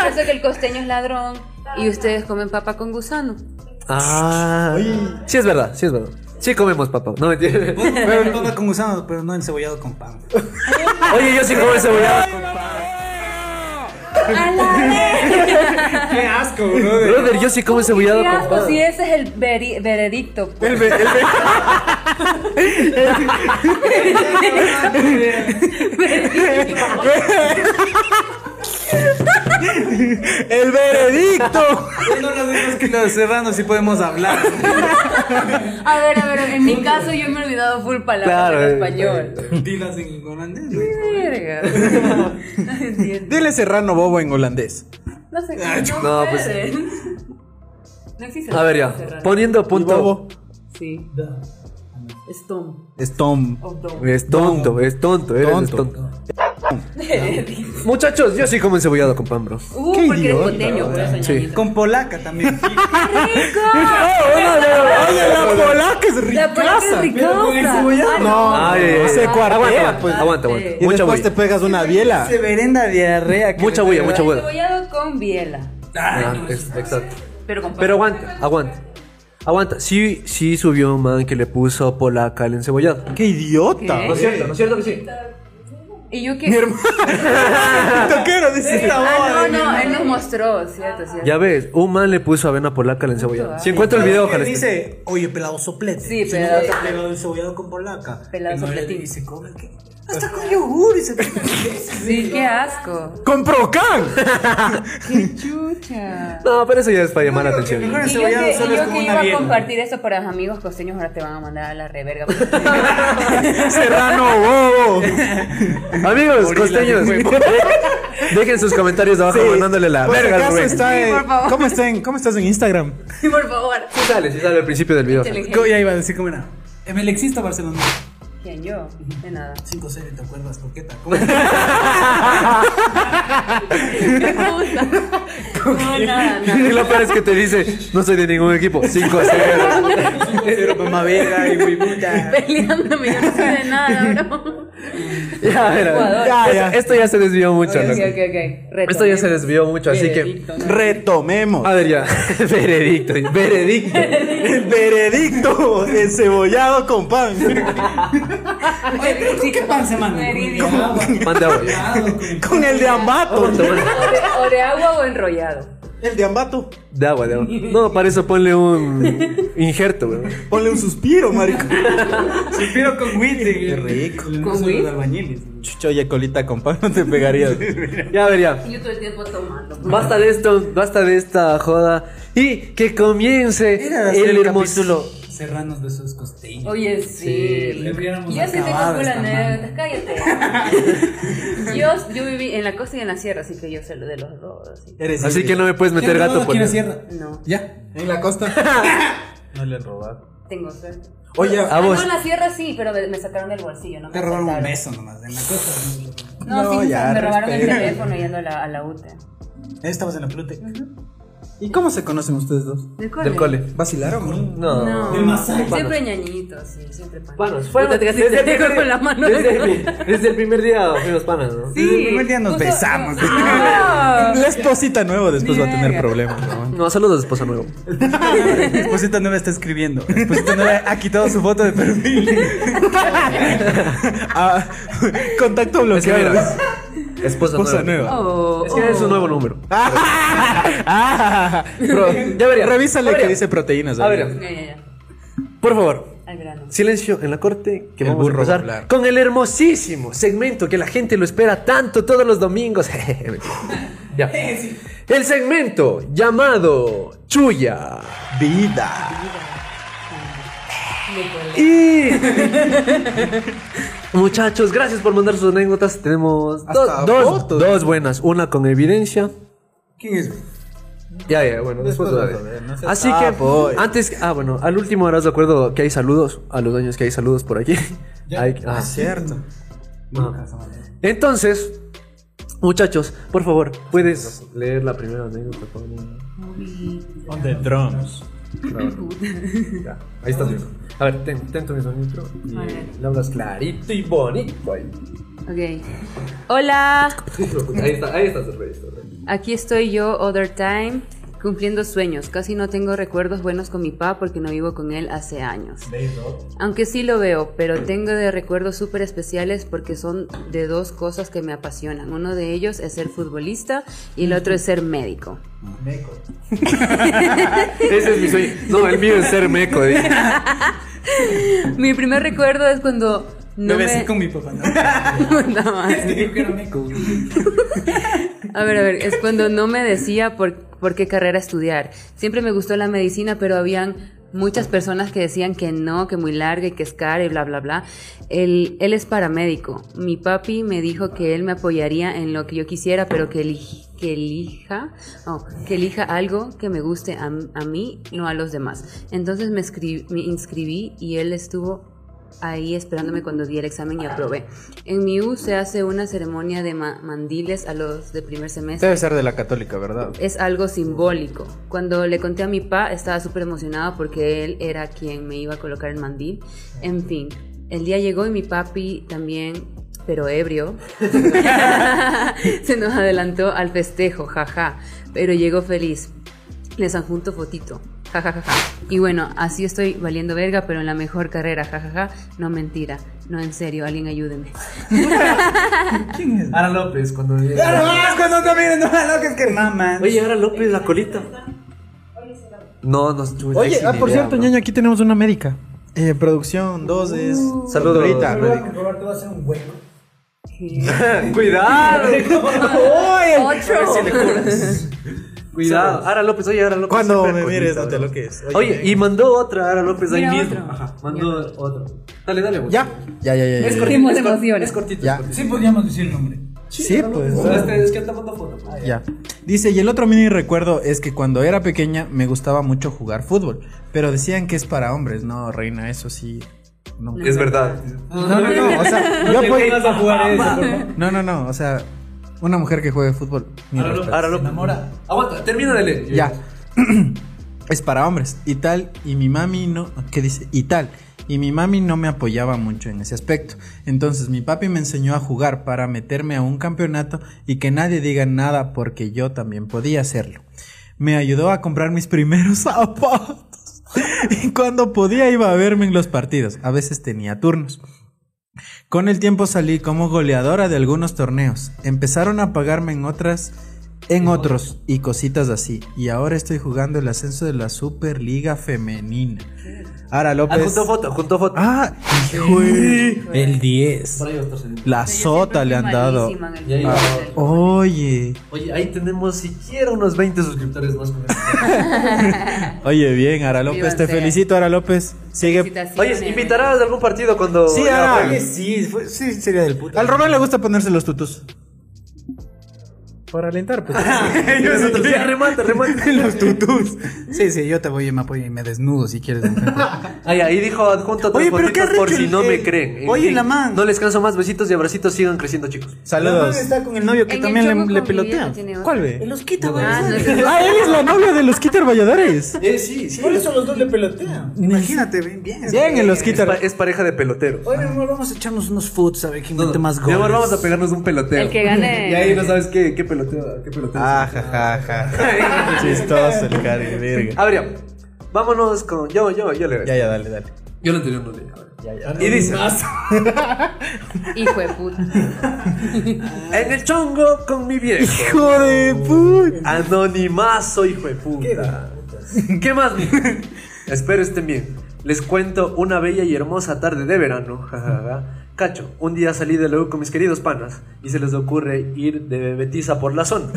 S4: Eso que el costeño es ladrón y ustedes comen papa
S1: *laughs*
S4: con gusano.
S1: Ah, sí es verdad, sí es verdad. Sí comemos papa, no me entiendes.
S5: Pero todo con gusanos, pero no encebollado con
S2: *laughs*
S5: pan.
S1: Oye, yo sí como cebollado.
S5: Qué asco, brother. *laughs*
S1: Brother, yo sí como cebollado
S4: Qué
S1: con
S4: asco,
S1: pan.
S4: si ese es el veri- veredicto. pues.
S5: ¡El veredicto! No nos vemos que los serranos sí podemos hablar.
S4: A ver, a ver, en mi caso yo me he olvidado full palabras
S1: Claro,
S4: en
S1: eh, *laughs*
S4: español.
S5: Dilas en holandés. güey.
S4: Verga. No entiendo.
S5: Dile serrano bobo en holandés.
S4: No sé.
S1: no,
S4: No,
S1: pues-
S4: pueden. No existe.
S1: A ver ya,
S4: cerrar.
S1: poniendo punto.
S5: Bobo
S4: Sí. Es Tom.
S5: es Tom.
S4: O Dom. *laughs*
S5: Eh,
S1: Es tonto, es tonto, eres
S5: Tonto.
S1: tonto. Muchachos, yo sí como cebollado con pan, bro.
S4: Uh,
S5: Qué
S4: porque
S5: idiota,
S4: es coteño, por eso ¡Ah,
S1: Sí.
S4: ñañito.
S5: Con polaca también. *laughs*
S1: Oye,
S5: la polaca es
S4: La polaca es Ah, ricosa. Ay,
S5: No,
S1: Ay, ay, ay.
S5: se cuartea.
S1: Aguanta,
S5: Pues.
S1: aguanta, aguanta.
S5: Y
S1: Mucha
S5: después
S1: bulla.
S5: te pegas una biela.
S2: Severenda diarrea. que
S1: Mucha
S2: le
S1: bulla,
S2: pega.
S1: mucha bulla.
S4: Cebollado con biela.
S1: Ah, es- Exacto.
S4: Pero con pan.
S1: Pero aguanta, aguanta. Aguanta. Sí, sí subió un man que le puso polaca al encebollado.
S5: ¡Qué idiota!
S4: ¿Qué? ¿No es
S1: cierto? ¿No es cierto que sí?
S4: Y yo que.
S5: Mi hermano. Toquero, dice esta boba
S4: *laughs* Ah, no,
S5: de mi
S4: no,
S5: hermano.
S4: él nos mostró, cierto, cierto.
S1: Ya ves, un man le puso avena polaca al encebollado. Si encuentro el video, ojalá. esté.
S5: Dice, oye, pelado soplete.
S4: Sí,
S5: Se
S4: pelado
S5: nota
S4: soplete.
S5: Pelado cebollado con polaca.
S4: Pelado
S5: Que no le-
S4: sopletín.
S5: Y se come que. Hasta con yogur y se
S4: Sí, qué asco.
S5: ¡Con Procan!
S4: *laughs* Qué chucha.
S1: No, pero eso ya es para llamar la
S5: digo que
S1: atención.
S5: mejor-
S4: Y yo
S5: Cebollado
S4: que,
S5: solo
S4: y
S5: es
S4: yo
S5: como
S4: que
S5: una
S4: iba a
S5: biela.
S4: compartir eso para amigos costeños, ahora te van a mandar a la reverga. *laughs*
S5: *laughs* Serrano bobo.
S1: Amigos, costeños, *laughs* dejen sus comentarios abajo mandándole la
S5: Por si
S1: verga al
S5: acaso
S1: Rubén.
S5: está
S4: Sí,
S5: en-
S4: por favor.
S5: ¿Cómo, está en- ¿Cómo estás en Instagram?
S4: Sí, por favor.
S1: Sí sale, sí sale al principio del video.
S4: Inteligente.
S2: Co- Ya iba a decir cómo era. Emelexista Barcelona.
S4: ¿Quién yo? De nada.
S2: 5-0, ¿te acuerdas? Coqueta.
S4: Me *laughs* gusta. No,
S1: *laughs*
S4: nada,
S1: Y
S4: nada. *laughs*
S1: lo peor es que te dice, no soy de ningún equipo. 5 a 0.
S5: *laughs*
S2: Pero mamá verga y huevuta.
S4: *laughs* Peleándome, yo no sé de nada, bro.
S1: Ya, mira.
S4: Jugador.
S5: Ya, ya.
S1: Esto, esto ya se desvió mucho.
S4: Ok,
S1: loco.
S4: ok, ok. Reto. Em,
S1: Esto ya se desvió mucho, así que.
S4: Veredicto, ¿no?
S5: Retomemos.
S1: A ver, ya. *laughs* Veredicto, veredicto.
S5: El veredicto encebollado con *laughs* pan.
S4: Oye, sí,
S2: ¿Qué pan se manda?
S4: Meridio. Agua.
S1: Manda agua. ya.
S5: Con el de ambato.
S1: Toma.
S4: O de- o de agua o enrollado.
S5: El de ambato.
S1: De agua, de agua. No, para eso ponle un injerto, weón.
S5: Ponle un suspiro, marico.
S2: Suspiro con wheat. Qué
S5: rico.
S4: ¿Con wheat?
S2: albañiles.
S5: Chucho, oye, colita con pan, no te pegarías. *laughs*
S1: Ya, a ver, ya.
S4: Yo todo el tiempo tomando.
S1: Basta de esto, basta de esta joda. Y que comience
S2: Era
S1: el
S2: el
S1: hermoso.
S2: capítulo Serranos besos costeños.
S4: Oye, sí.
S2: le hubiéramos
S4: yo sí tengo
S2: acabado
S4: full
S2: esta
S4: anécdotas,
S1: *laughs*
S4: cállate. yo, yo viví en la costa y en la sierra, así que yo sé lo de los dos. así que-
S5: Eres
S1: Así
S5: libre.
S1: que no me puedes meter gato pues. por.
S2: ¿Quieres sierra?
S4: No,
S2: Ya.
S5: En la costa. No le han robado.
S4: tengo suerte.
S5: *laughs* Oye,
S1: A
S4: Ah,
S1: vos.
S4: no, en la sierra sí, pero me, me sacaron del bolsillo, no me
S2: Te robaron un
S4: aceptaron.
S2: beso nomás. En la costa.
S4: No,
S5: No,
S4: sí,
S5: ya,
S4: me robaron el
S5: respeta.
S4: teléfono yendo a la, a la UTE.
S5: Estabas en la pelote. ¿Y cómo se conocen ustedes dos?
S4: ¿Del cole?
S1: Del cole.
S5: ¿Vacilaron?
S1: No.
S4: No,
S2: Del masaje.
S4: siempre ñañito, sí, siempre pan.
S1: Panos, fueron
S4: Puta, te casi te dejo con la mano.
S1: desde el, desde el primer día fuimos panas, ¿no?
S4: Sí,
S2: Desde el primer día nos
S4: justo- eh, ah,
S2: besamos.
S4: No.
S5: La esposita nueva después
S4: Ni
S5: va a tener
S4: verga.
S1: *laughs*
S5: problemas. ¿no?
S1: No, saludos, esposa nuevo.
S2: Mi esposita nueva está escribiendo. Mi esposita nueva ha quitado su foto de perfil.
S5: Ah, contacto
S1: Es que
S5: bloqueado.
S1: mira, esposa,
S5: Esposa
S1: nueva.
S5: nueva.
S1: *laughs*
S4: Oh,
S1: Es que es un nuevo número.
S5: Ah,
S1: Bro, ya vería.
S5: Revísale
S1: A ver,
S5: que dice proteínas.
S1: A ver.
S4: oh. Ya, ya, ya.
S1: Por favor,
S4: Al grano.
S1: Silencio en la corte, que
S5: El
S1: vamos a
S5: burro va a
S1: empezar
S5: hablar.
S1: con el hermosísimo segmento que la gente lo espera tanto todos los domingos. *laughs* ya. El segmento llamado Chuya.
S5: Vida.
S1: Y. *laughs* Muchachos, gracias por mandar sus anécdotas. Tenemos do-
S5: Hasta
S1: dos,
S5: fotos.
S1: dos buenas. Una con evidencia.
S2: ¿Quién es?
S1: Ya, ya, bueno, después,
S5: Después
S1: lo
S5: vas a
S1: haré.
S5: ver, no seas
S1: Así que,
S5: sapo.
S1: antes, ah, bueno, al último harás de acuerdo que hay saludos, a los dueños que hay saludos por aquí. Hay- ah,
S5: Cierto.
S1: ah. Entonces, muchachos, por favor, ¿puedes leer la primera anécdota? por favor?
S4: *laughs*
S5: On the drums.
S1: Ya, ahí está. A ver, ten, ten tu mismo micro y
S4: A ver.
S1: le hablas clarito y bonito.
S4: *laughs*
S1: Ahí,
S4: Ok. Hola,
S1: ahí está, ahí está, Sergio, ahí está, Sergio.
S4: aquí estoy yo, Other Time, cumpliendo sueños. Casi no tengo recuerdos buenos con mi papá porque no vivo con él hace años. Aunque sí lo veo, pero tengo de recuerdos súper especiales porque son de dos cosas que me apasionan. Uno de ellos es ser futbolista y el otro es ser médico.
S1: Ese es mi sueño. No, el mío es ser meco. dije.
S4: Mi primer recuerdo es cuando
S2: No
S4: no
S2: me besé
S4: me... Ah,
S2: con mi papá, ¿no?
S4: *laughs* Nada más.
S2: Digo que era meco.
S4: A ver, a ver, es cuando no me decía por, por qué carrera estudiar. Siempre me gustó la medicina, pero habían muchas personas que decían que no, que muy larga y que es cara y bla, bla, bla. Él, él es paramédico. Mi papi me dijo que él me apoyaría en lo que yo quisiera, pero que, elij- que elija, oh, que elija algo que me guste a, m- a mí, no a los demás. Entonces me, escri- me inscribí y él estuvo ahí esperándome cuando di el examen y aprobé. En mi U se hace una ceremonia de ma- mandiles a los de primer semestre.
S5: Debe ser de la católica, ¿verdad?
S4: Es algo simbólico. Cuando le conté a mi pa, estaba súper emocionada porque él era quien me iba a colocar el mandil. En fin, el día llegó y mi papi también, pero ebrio, *laughs* se nos adelantó al festejo, jaja. Pero llegó feliz. Les adjunto fotito. Ja, ja, ja, ja. Y bueno, así estoy valiendo verga, pero en la mejor carrera. Ja, ja, ja. No mentira. No, en serio. Alguien ayúdeme.
S2: ¿Quién es?
S1: Ara López, cuando
S2: Claro, más cuando también, no, no, que es que mamá.
S1: Oye, Ara López, la colita. No, no estuve
S5: Oye, ah, por cierto,
S1: ñoño.
S5: ñaño, aquí tenemos una médica. Eh, producción 2 es.
S1: Saludos.
S5: Rita, médica.
S2: Roberto va a hacer un hueco.
S1: *laughs* Cuidado,
S4: Otro.
S1: cuidado. Ara López, oye, Ara López.
S5: Cuando
S1: siempre
S5: me
S1: colita,
S5: mires, no te
S1: bro.
S5: lo que es.
S1: Oye, y mandó otra Ara López ahí
S4: Mira,
S1: mismo.
S4: otro.
S1: Ajá, mandó otra. Dale, dale, güey.
S5: Ya. Ya, ya, ya. ya, ya.
S4: Corrimos de emociones.
S1: Es cortito.
S5: Ya.
S1: es cortito.
S2: Sí podríamos decir el nombre.
S5: Sí, pues.
S1: O sea, este, es que te mando foto. pues.
S5: Ya. Dice, y el otro mini recuerdo es que cuando era pequeña me gustaba mucho jugar fútbol, pero decían que es para hombres, no, reina, eso sí. No,
S1: Es verdad.
S5: no, no, no, o
S1: *laughs*
S5: sea, yo
S2: te
S5: apoyo-
S2: pongas a *laughs* jugar eso, por favor.
S5: No, no, no, o sea, una mujer que juegue fútbol. mi
S1: Ara López.
S5: respeto.
S1: Ara López.
S2: enamora.
S1: Aguanta, termina de leer.
S5: Ya. *clears throat* es para hombres y tal y mi mami no ¿qué dice? Y tal y mi mami no me apoyaba mucho en ese aspecto. Entonces mi papi me enseñó a jugar para meterme a un campeonato y que nadie diga nada porque yo también podía hacerlo. Me ayudó a comprar mis primeros *laughs* zapatos. *laughs* Y cuando podía iba a verme en los partidos. A veces tenía turnos. Con el tiempo salí como goleadora de algunos torneos. Empezaron a pagarme en otras, en otros y cositas así. Y ahora estoy jugando el ascenso de la Superliga Femenina. Ara
S1: Ah,
S5: López.
S1: juntó foto, juntó foto.
S5: Ah, hijo de- el 10.
S1: Por ahí otro se dio.
S5: La sota le han dado.
S1: Y ahí va. *laughs*
S5: Oye,
S1: Oye, ahí tenemos siquiera unos 20 suscriptores más con este esto.
S5: oye, bien, Ara López. Te
S4: Vívanse.
S5: felicito, Ara López. Sigue.
S1: Oye, ¿invitarás a algún partido cuando.?
S5: Sí,
S1: ya
S5: Ara.
S1: juegue?
S2: Sí,
S1: *laughs*
S2: fue- sí, sería del puto.
S5: Al Román le gusta ponerse los tutus. Para alentar,
S2: *laughs*
S5: pues.
S1: Ya, remata, remata.
S5: los tutus.
S2: Sí, sí, yo te voy y me apoyo y me desnudo si quieres.
S1: *laughs*
S2: *laughs*
S1: Ay, ahí dijo adjunto
S2: Oye,
S1: tres
S2: pero qué
S1: fotitos por
S2: rico
S1: si
S2: el-
S1: no me
S2: el-
S1: creen. En
S2: oye,
S1: fin,
S2: la man.
S1: No les canso más besitos y abracitos, sigan creciendo, chicos.
S5: Saludos.
S2: está con el novio que
S4: En el
S2: también le,
S4: chongo
S2: le
S4: con mi vieja
S2: pelotea.
S4: tiene otro.
S5: ¿Cuál ve?
S2: Él los quita, güey.
S4: Ah,
S2: *laughs*
S4: no, sí.
S5: Ah, él es la novia de los Quitter Valladares.
S1: Eh, sí, sí.
S2: Por eso los dos le pelotean. Imagínate, bien, bien.
S5: Bien, en los
S1: Es, pa-
S5: Quitter.
S1: es pareja de peloteros.
S2: Oye, mi amor, vamos a echarnos unos foods a ver quién mete más
S1: Mi
S2: goles.
S1: amor, vamos a pegarnos un peloteo.
S4: El que
S1: *laughs*
S4: gane.
S1: Y ahí no sabes qué, qué peloteo. Qué peloteo
S5: Ah, ja, ja,
S2: *laughs*
S5: ja, ja. Chistoso el cari, verga.
S1: A ver, ya. vámonos con. Yo, yo, yo le
S5: Ya, ya, dale, dale.
S1: Yo lo anterior no leí. a ver. Y dice:
S4: Hijo de puta.
S1: En el chongo con mi viejo.
S5: Hijo de puta.
S1: Anonimazo, hijo de puta. *laughs* ¿Qué más, mijo? Espero estén bien. Les cuento una bella y hermosa tarde de verano. ja, ja, ja. Cacho, un día salí de la U con mis queridos panas y se les ocurre ir de bebetiza por la zona.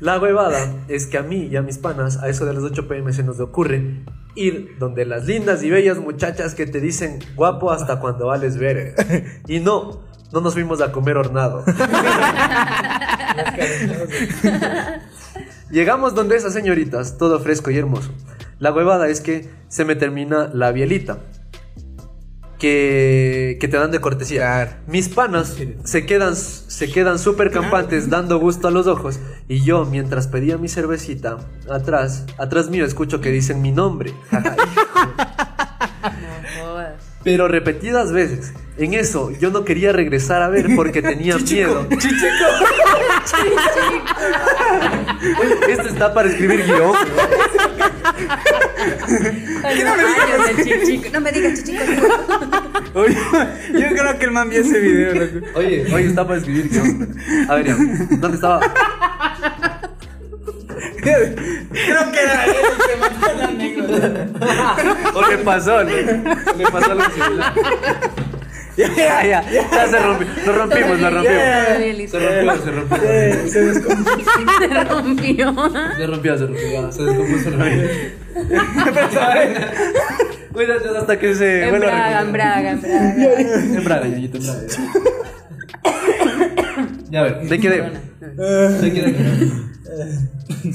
S1: La huevada es que a mí y a mis panas, a eso de las 8 pm se nos ocurre ir donde las lindas y bellas muchachas que te dicen guapo hasta cuando vales ver. Y no, no nos fuimos a comer hornado. Llegamos donde esas señoritas, todo fresco y hermoso. La huevada es que se me termina la bielita. Que, que te dan de cortesía. Mis panas se quedan se quedan súper campantes dando gusto a los ojos. Y yo, mientras pedía mi cervecita, atrás, atrás mío escucho que dicen mi nombre.
S4: No jodas.
S1: Pero repetidas veces. En eso yo no quería regresar a ver porque tenía miedo. Oye, *laughs* Esto está para escribir guión. güey.
S4: no, me digas chichico. No me digas chichico.
S2: Oye, yo creo que el man vio ese video, loco.
S1: Oye, oye, está para escribir guión. A ver, ya, ¿dónde estaba?
S2: Creo que era él el que mandó la anécdota.
S1: O le pasó, ¿no? O Le pasó algo similar. Ya, ya, ya. Ya se rompió. Nos rompimos, nos rompimos. Se rompió, se rompió.
S2: Eh, se descompuso.
S4: Se rompió.
S1: Se rompió, se rompió. ya, Se descompuso la *laughs* vaina. Cuídate hasta que se
S4: En
S1: vuelva
S4: Braga,
S1: a
S4: en
S1: recuperar.
S4: Braga, en
S1: *laughs*
S4: Braga.
S1: En Braga, Yayito, en Braga. *coughs* Ya, a ver, ¿de qué de? ¿De qué de?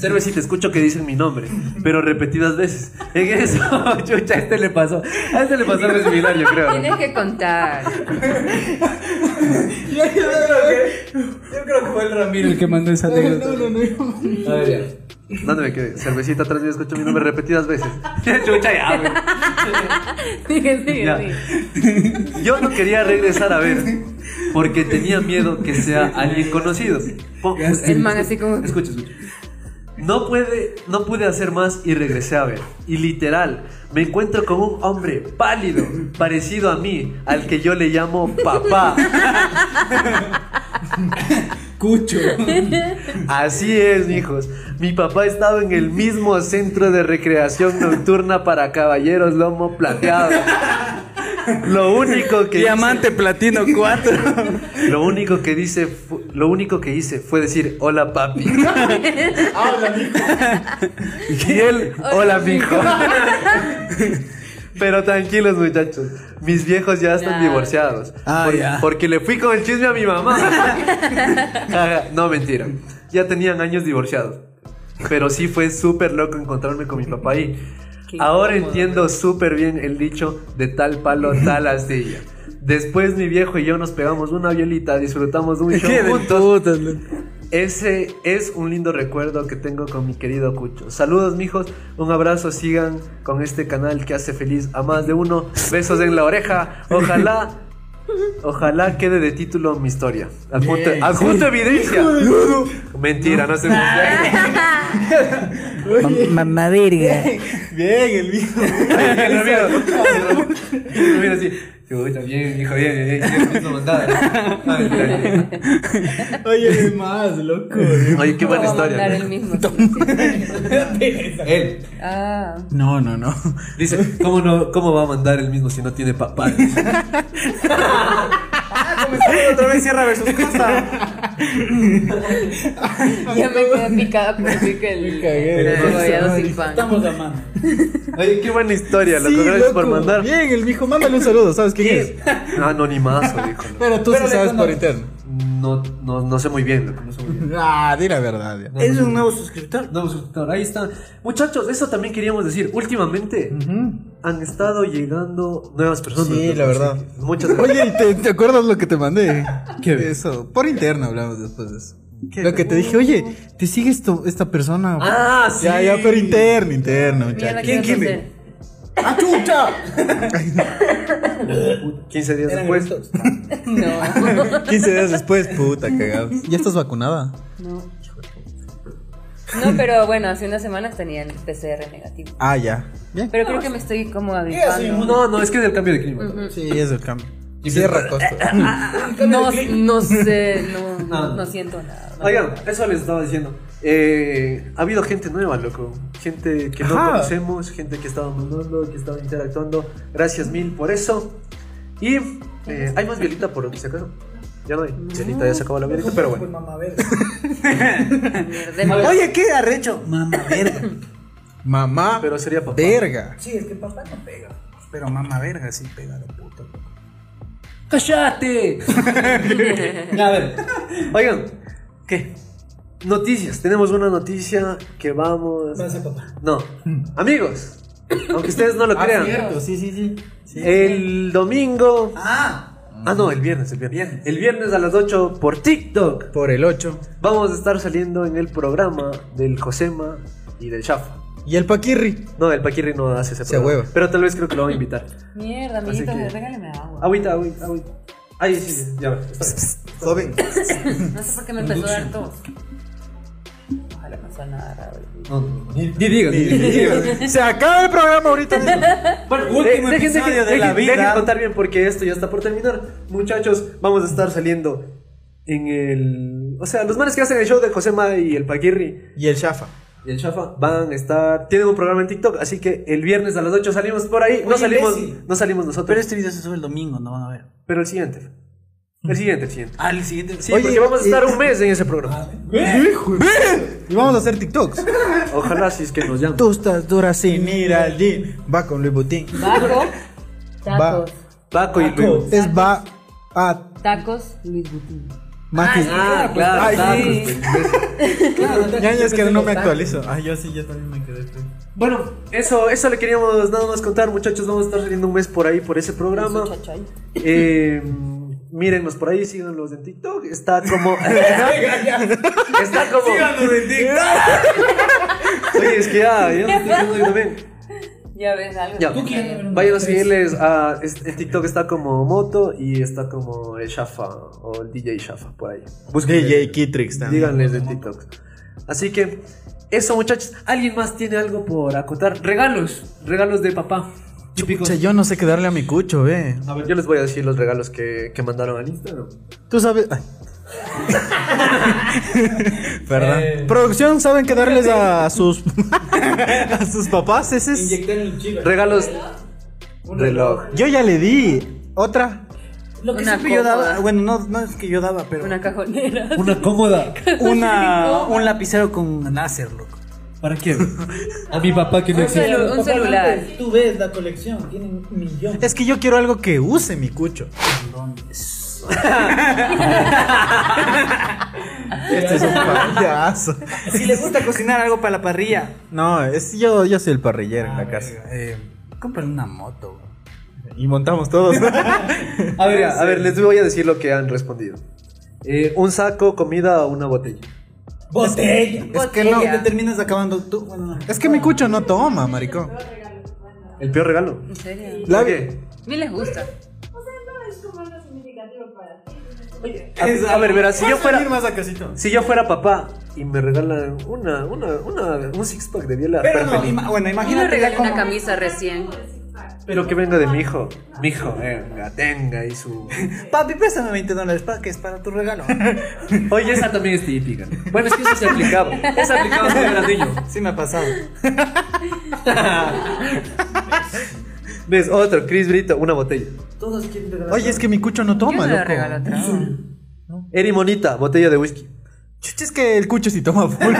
S1: *coughs* Cervecita, escucho que dicen mi nombre, pero repetidas veces. En eso, *laughs* chucha, a este le pasó. A este le pasó algo similar, yo creo.
S4: Tienes que *laughs* contar.
S2: Yo, yo creo que, yo creo que fue el Ramiro Ah, el que mandó esa anécdota.
S1: A ver, ya. ¿Dónde me quedé? Cervecita atrás mío, escucho mi nombre repetidas veces. *laughs* Chucha, ya, güey.
S4: Sigue, sigue,
S1: Ya.
S4: sigue.
S1: Yo no quería regresar a ver porque tenía miedo que sea alguien conocido. Po-
S4: El man así como.
S1: Escucha, escucha. No, puede, no pude hacer más y regresé a ver. Y literal, me encuentro con un hombre pálido, parecido a mí, al que yo le llamo papá.
S2: Cucho.
S1: Así es, hijos. Mi papá estaba en el mismo centro de recreación nocturna para caballeros lomo plateado. Lo único que
S2: Diamante platino 4.
S1: hice- lo único que dice, fu- lo único que hice fue decir hola papi. Y él, hola mijo. Pero tranquilos muchachos, mis viejos ya están
S4: Ya.
S1: divorciados.
S5: Ah,
S1: Por-
S5: ya.
S1: Porque le fui con el chisme a mi mamá. Jaja, no, mentira. Ya tenían años divorciados. Pero sí fue súper loco encontrarme con mi papá ahí.
S4: Qué
S1: Ahora
S4: incómodo.
S1: entiendo súper bien el dicho de tal palo, tal astilla. Después mi viejo y yo nos pegamos una violita, disfrutamos de un show juntos. Ese es un lindo recuerdo que tengo con mi querido Cucho. Saludos, mijos. Un abrazo. Sigan con este canal que hace feliz a más de uno. Besos en la oreja. Ojalá. Ojalá quede de título mi historia. Adjunto, adjunto evidencia. Mentira, no se me
S2: Mamá verga.
S5: Bien, el viejo.
S1: El Ramiro, el Ramiro así. Uy, también, hijo, bien, bien, bien, bien, bien, mandada. Ay, ay, ay.
S5: Oye, más, loco.
S1: Oye, qué buena
S4: Vamos a
S1: historia.
S4: mandar
S1: ¿no?
S4: el mismo.
S1: Él
S4: Ah.
S5: No, no, no.
S1: dice, ¿cómo, no, ¿cómo va a mandar el mismo si no tiene papá?
S2: Otra vez cierra versus casa.
S4: Ya me quedé picada por decir que el
S5: cagué,
S4: el
S1: ¿no?
S4: cebollado sin pan.
S2: Estamos a mano.
S1: Oye, qué buena historia, loco.
S5: Sí,
S1: Gracias
S5: loco.
S1: por mandar.
S5: Bien, el viejo, mándale un saludo, ¿sabes quién es?
S1: No, Anonimazo, dijo. loco.
S5: Pero tú
S2: Pero
S5: sí
S2: le
S5: sabes por
S2: conozco.
S5: interno.
S1: No, no, no sé muy bien, loco. No sé muy bien.
S5: Ah, di la verdad. ya.
S2: Es un nuevo suscriptor.
S1: No, suscriptor, ahí está. Muchachos, eso también queríamos decir. Últimamente han estado llegando nuevas personas.
S5: Sí,
S1: loco.
S5: la verdad.
S1: Muchas gracias.
S5: Oye, ¿y te, te acuerdas lo que te mandé?
S1: ¿Qué?
S5: Eso, por interno hablamos después de eso. Lo que te dije, oye, ¿te sigue esto, esta persona?
S1: Ah, sí.
S5: Ya, ya, pero interno, interno,
S4: Mierda,
S5: chac. *laughs*
S4: ¿qué
S2: ¿Quién,
S4: vas a
S2: quién?
S4: hacer?
S2: ¡Ah, chucha!
S1: 15 días después.
S4: No.
S5: 15 días después, puta, cagado. ¿Ya estás vacunada?
S4: No. No, pero bueno, hace unas semanas tenía el PCR negativo.
S5: Ah, ya. Bien.
S4: Pero creo que me estoy como
S2: soy
S4: agripando.
S1: Ah, No, no, es que es el cambio de clima. loco.
S5: Sí, es el cambio. Cierra costo.
S4: No, no sé, no,
S1: No.
S4: no, no siento nada.
S1: Oigan, eso les estaba diciendo. Eh, ha habido gente nueva, loco. Gente que no
S5: Ajá.
S1: conocemos, gente que estaba mandando, que estaba interactuando. Gracias mil por eso. Y eh, hay más violita por si acaso. Ya no hay. Chelita ya se acabó la birrita, pero bueno.
S4: Mierda.
S2: Oye, qué arrecho. Mamá verga.
S5: Mamá.
S1: Pero sería papá.
S5: Verga.
S2: Sí, es que papá no pega. Pero mamá verga sí pega de puto. *laughs*
S1: ¡Cállate! Ya, a ver. Oigan, ¿qué? Noticias. Tenemos una noticia que vamos.
S2: papá.
S1: No. Amigos, aunque ustedes no lo crean.
S5: sí, sí, sí.
S1: El domingo.
S2: Ah,
S1: Ah, no, el viernes, el viernes. El viernes a las 8 por TikTok.
S5: Por el 8.
S1: Vamos a estar saliendo en el programa del Josema y del Shafa.
S5: Y el Paquirri.
S1: No, el Paquirri no hace ese
S5: Se
S1: programa.
S5: hueva.
S1: Pero tal vez creo que lo van a invitar.
S4: Mierda,
S1: Así
S4: amiguitos,
S1: que-
S4: regálame agua.
S1: Agüita, agüita, agüita. Ahí sí, ya va, está bien.
S5: Joven.
S4: No sé por qué me empezó a dar tos. Ojalá no sea nada raro.
S5: Se acaba el programa ahorita. mismo.
S1: Bueno,
S2: último
S1: de- Eh, dejen,
S2: episodio
S1: dejen,
S2: de la
S1: dejen-
S2: vida.
S1: dejen contar bien porque esto ya está por terminar. Muchachos, vamos a estar saliendo en el. O sea, los manes que hacen el show de Josema y el Paquirri
S5: y el Shafa.
S1: y el Shafa van a estar. Tienen un programa en TikTok, así que el viernes a las 8 salimos por ahí. No
S2: Oye,
S1: salimos,
S2: imbécil.
S1: no salimos nosotros.
S2: pero este video se sube el domingo, no van a ver.
S1: Pero el siguiente. El siguiente, el siguiente.
S2: Ah, el siguiente.
S1: Sí,
S5: Oye,
S1: porque vamos a
S5: y-
S1: estar un mes en ese programa.
S5: ¿Eh? Y vamos a hacer TikToks.
S1: Ojalá si es que nos llaman.
S5: Tostas duras sin ir al gym. Va con Luis Butín.
S4: Baco, tacos.
S5: tacos.
S1: Paco y Luis.
S5: Es va a
S4: Tacos, Luis Butín.
S5: Matis.
S1: Ah, claro,
S5: Ay,
S1: tacos,
S5: sí.
S1: pues.
S5: Ya, ya es que no me actualizo. Ay, Ah, yo sí, yo también me quedé.
S1: Bueno, eso, eso le queríamos nada más contar, muchachos. Vamos a estar saliendo un mes por ahí por ese programa.
S4: Chachay.
S1: Eh, mírennos por ahí, síganlos en TikTok. Está *laughs* como. Está como. Oye, es que ah, ya, ya me estoy viendo bien.
S4: Ya ves algo.
S1: Ya. Vayan a seguirles a. es- En TikTok está como Moto y está como el Shafa o el DJ Shafa por ahí. Busquen-
S5: DJ Kitrix también.
S1: Díganles de TikTok. Así que, eso muchachos. ¿Alguien más tiene algo por acotar? Regalos. Regalos de papá.
S5: O
S1: Típicos.
S5: sea, yo no sé qué darle a mi cucho, ve.
S1: A ver, yo les voy a decir los regalos que, que mandaron al Instagram.
S5: Tú sabes. *laughs* ay. Perdón. Producción, ¿saben qué darles *laughs* a sus a sus papás? Ese es.
S1: Regalos. reloj.
S5: Yo ya le di. Otra.
S2: Lo que
S4: Una
S2: siempre yo
S4: copa.
S5: Ah,
S2: daba, bueno, no, no es que yo daba, pero
S4: Una cajonera.
S3: Una cómoda.
S2: una un lapicero con láser, loco.
S3: ¿Para qué? A mi papá que no
S4: Un,
S3: existe.
S4: celu- un celular.
S6: Tú ves la colección, tienen un millón.
S5: Es que yo quiero algo que use mi cucho.
S2: *laughs*
S5: Este
S4: *laughs*
S5: es un payaso.
S2: Si le gusta cocinar algo para la parrilla,
S5: No, es yo, yo soy el parrillero
S3: Ah,
S5: en la casa.
S2: eh, cómprale una moto. güey.
S5: Y
S4: *laughs*
S5: montamos todos.
S1: A ver, ya, a ver, les voy a decir lo que han respondido. Eh, un saco, comida o una botella.
S6: Botella.
S5: es que no.
S2: Te terminas acabando tú. Bueno, no.
S5: Es que mi cucho no toma, maricón.
S1: El peor regalo.
S4: ¿En serio?
S5: La-
S1: ¿Por qué?
S4: A mí les gusta.
S1: A, a ver, verás, si yo fuera.
S5: más a casito.
S1: Si yo fuera papá y me regalan una, una, una, un six pack de biela,
S2: Pero no,
S1: perfecto.
S2: ima- bueno,
S4: Yo le
S2: imagínate ya
S4: regalé una
S2: como
S4: camisa recién.
S1: Pero que venga de mi hijo. Mi hijo, venga, tenga y su.
S2: Papi, préstame 20 dólares, pa, que es para tu regalo.
S1: Oye, esa también es típica. Bueno, es que eso se aplicaba. Eso aplicaba cuando era niño.
S2: sí me ha pasado.
S1: ¿Ves? Otro, Chris Brito, una botella.
S6: Todos quieren regalar.
S5: Oye, es que mi cucho no
S4: Yo
S5: toma,
S4: no le regalo
S5: loco.
S4: otra.
S1: Eri Monita, botella de whisky.
S5: Chucha, es que el cucho sí
S4: *laughs*
S5: toma full.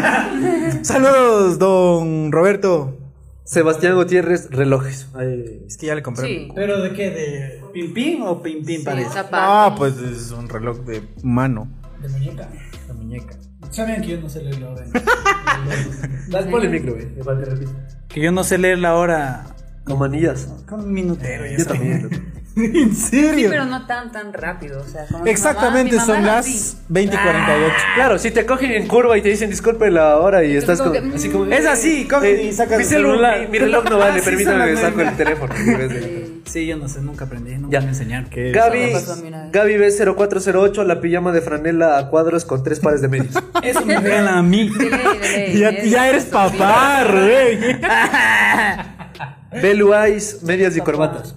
S5: Saludos, don Roberto.
S1: Sebastián Gutiérrez, relojes. Ay,
S5: Es que ya le compré.
S4: Sí.
S6: ¿Pero de qué? ¿De
S2: ¿Pimpín o pimpín parece?
S4: Zapatos.
S5: Ah, pues es un reloj de mano.
S6: de muñeca?
S5: La muñeca.
S6: Saben que yo no sé leer la orden.
S1: Las ponle micro, eh. güey. Igual te repito.
S2: Que yo no sé leer la hora Eh,
S1: Con manillas.
S2: con un minutero. ya
S1: Yo
S2: sabes.
S1: también. loco.
S2: *laughs*
S5: ¿En
S4: Sí,
S5: serio?
S4: pero no tan tan rápido. O sea, como mi
S5: Exactamente,
S4: mamá- mi
S5: son
S4: mamá era
S5: las
S4: así.
S5: 20 y 48.
S1: Claro, si te cogen en curva y te dicen disculpe la hora y estás
S4: como
S1: como,
S4: que,
S1: así como.
S4: mm.
S2: Es así, coge
S1: Eh,
S2: y saca
S1: mi
S2: tu
S1: celu-
S2: celular.
S1: Mi, mi reloj
S2: *laughs*
S1: no vale,
S2: Así son
S1: permítame que
S2: las
S1: saco el
S2: reglas.
S1: teléfono. en vez de-
S2: Sí, yo no sé, nunca aprendí, nunca
S1: Ya.
S2: me enseñaron.
S4: Ah.
S2: que
S1: Gaby,
S4: pasó a mí una vez.
S1: Gaby B0408, la pijama de franela a cuadros con tres pares
S2: *laughs*
S1: de medios.
S2: Eso me regalan a mí.
S4: Sí, sí, sí,
S5: Ya,
S4: sí,
S5: ya
S4: sí,
S5: eres
S4: sí,
S5: papá, Rubén.
S1: Belu Eyes, medias y corbatas.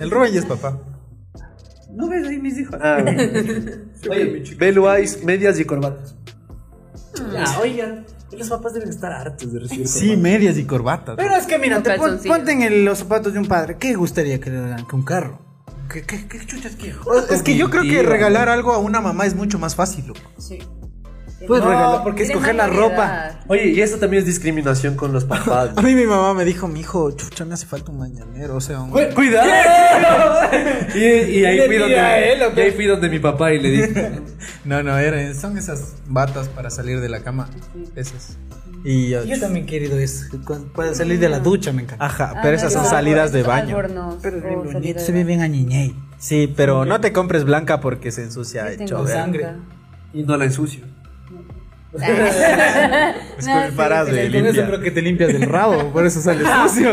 S5: El Rubén ya es papá.
S1: No ves ahí mis hijos.
S2: *laughs*
S1: Ah, Oye, Belu Eyes, medias y corbatas. Ah, oigan, los papás deben estar hartos de recibir.
S5: Sí, medias y corbatas.
S2: Pero es que mira,
S4: Un
S2: te pon- *laughs*
S4: calzoncillo.
S2: ponte en el- los zapatos de un padre. ¿Qué gustaría que le dieran? Que un carro. Un ¿Qué, qué, qué chuchas quiero?
S5: O- Pues, Es que yo creo que regalar algo a una mamá es mucho más fácil, loco.
S4: Sí.
S1: Puedes
S4: Pues
S2: No,
S1: regalar.
S2: porque
S4: Tiene
S2: escoger la
S4: más
S2: ropa.
S4: variedad.
S1: Oye, y eso también es discriminación con los papás.
S2: *laughs*
S5: A mí mi mamá me dijo, mi hijo, chucha, me hace falta un mañanero, o sea, un...
S1: ¡Cuidado! *laughs* y, y ahí
S2: Le
S1: fui
S2: tira
S1: donde,
S2: a él, ¿o qué?
S1: y ahí fui donde mi papá y le dije.
S5: No, no, era, son esas batas para salir de la cama, esas. Y yo,
S2: Yo también he querido eso. Cuando- Para salir de la ducha, me encanta.
S5: ajá,
S4: Ah,
S5: pero
S4: no,
S5: esas
S4: yo
S5: son
S4: albornoz-
S5: salidas de baño.
S4: albornoz
S2: Pero es
S4: o
S2: bien bonito,
S4: salida de
S2: se ve
S4: baño.
S2: bien añiñey.
S5: Sí, pero no te compres blanca porque se ensucia
S4: Yo
S5: de
S4: tengo *laughs*
S5: chover.
S4: sangre.
S1: Y no la ensucio.
S4: Ah. No, sí,
S5: culparás
S4: sí,
S5: de
S4: sí,
S2: *laughs*
S5: Limpia.
S2: Con eso creo que te limpias del rabo, por eso sales sucio.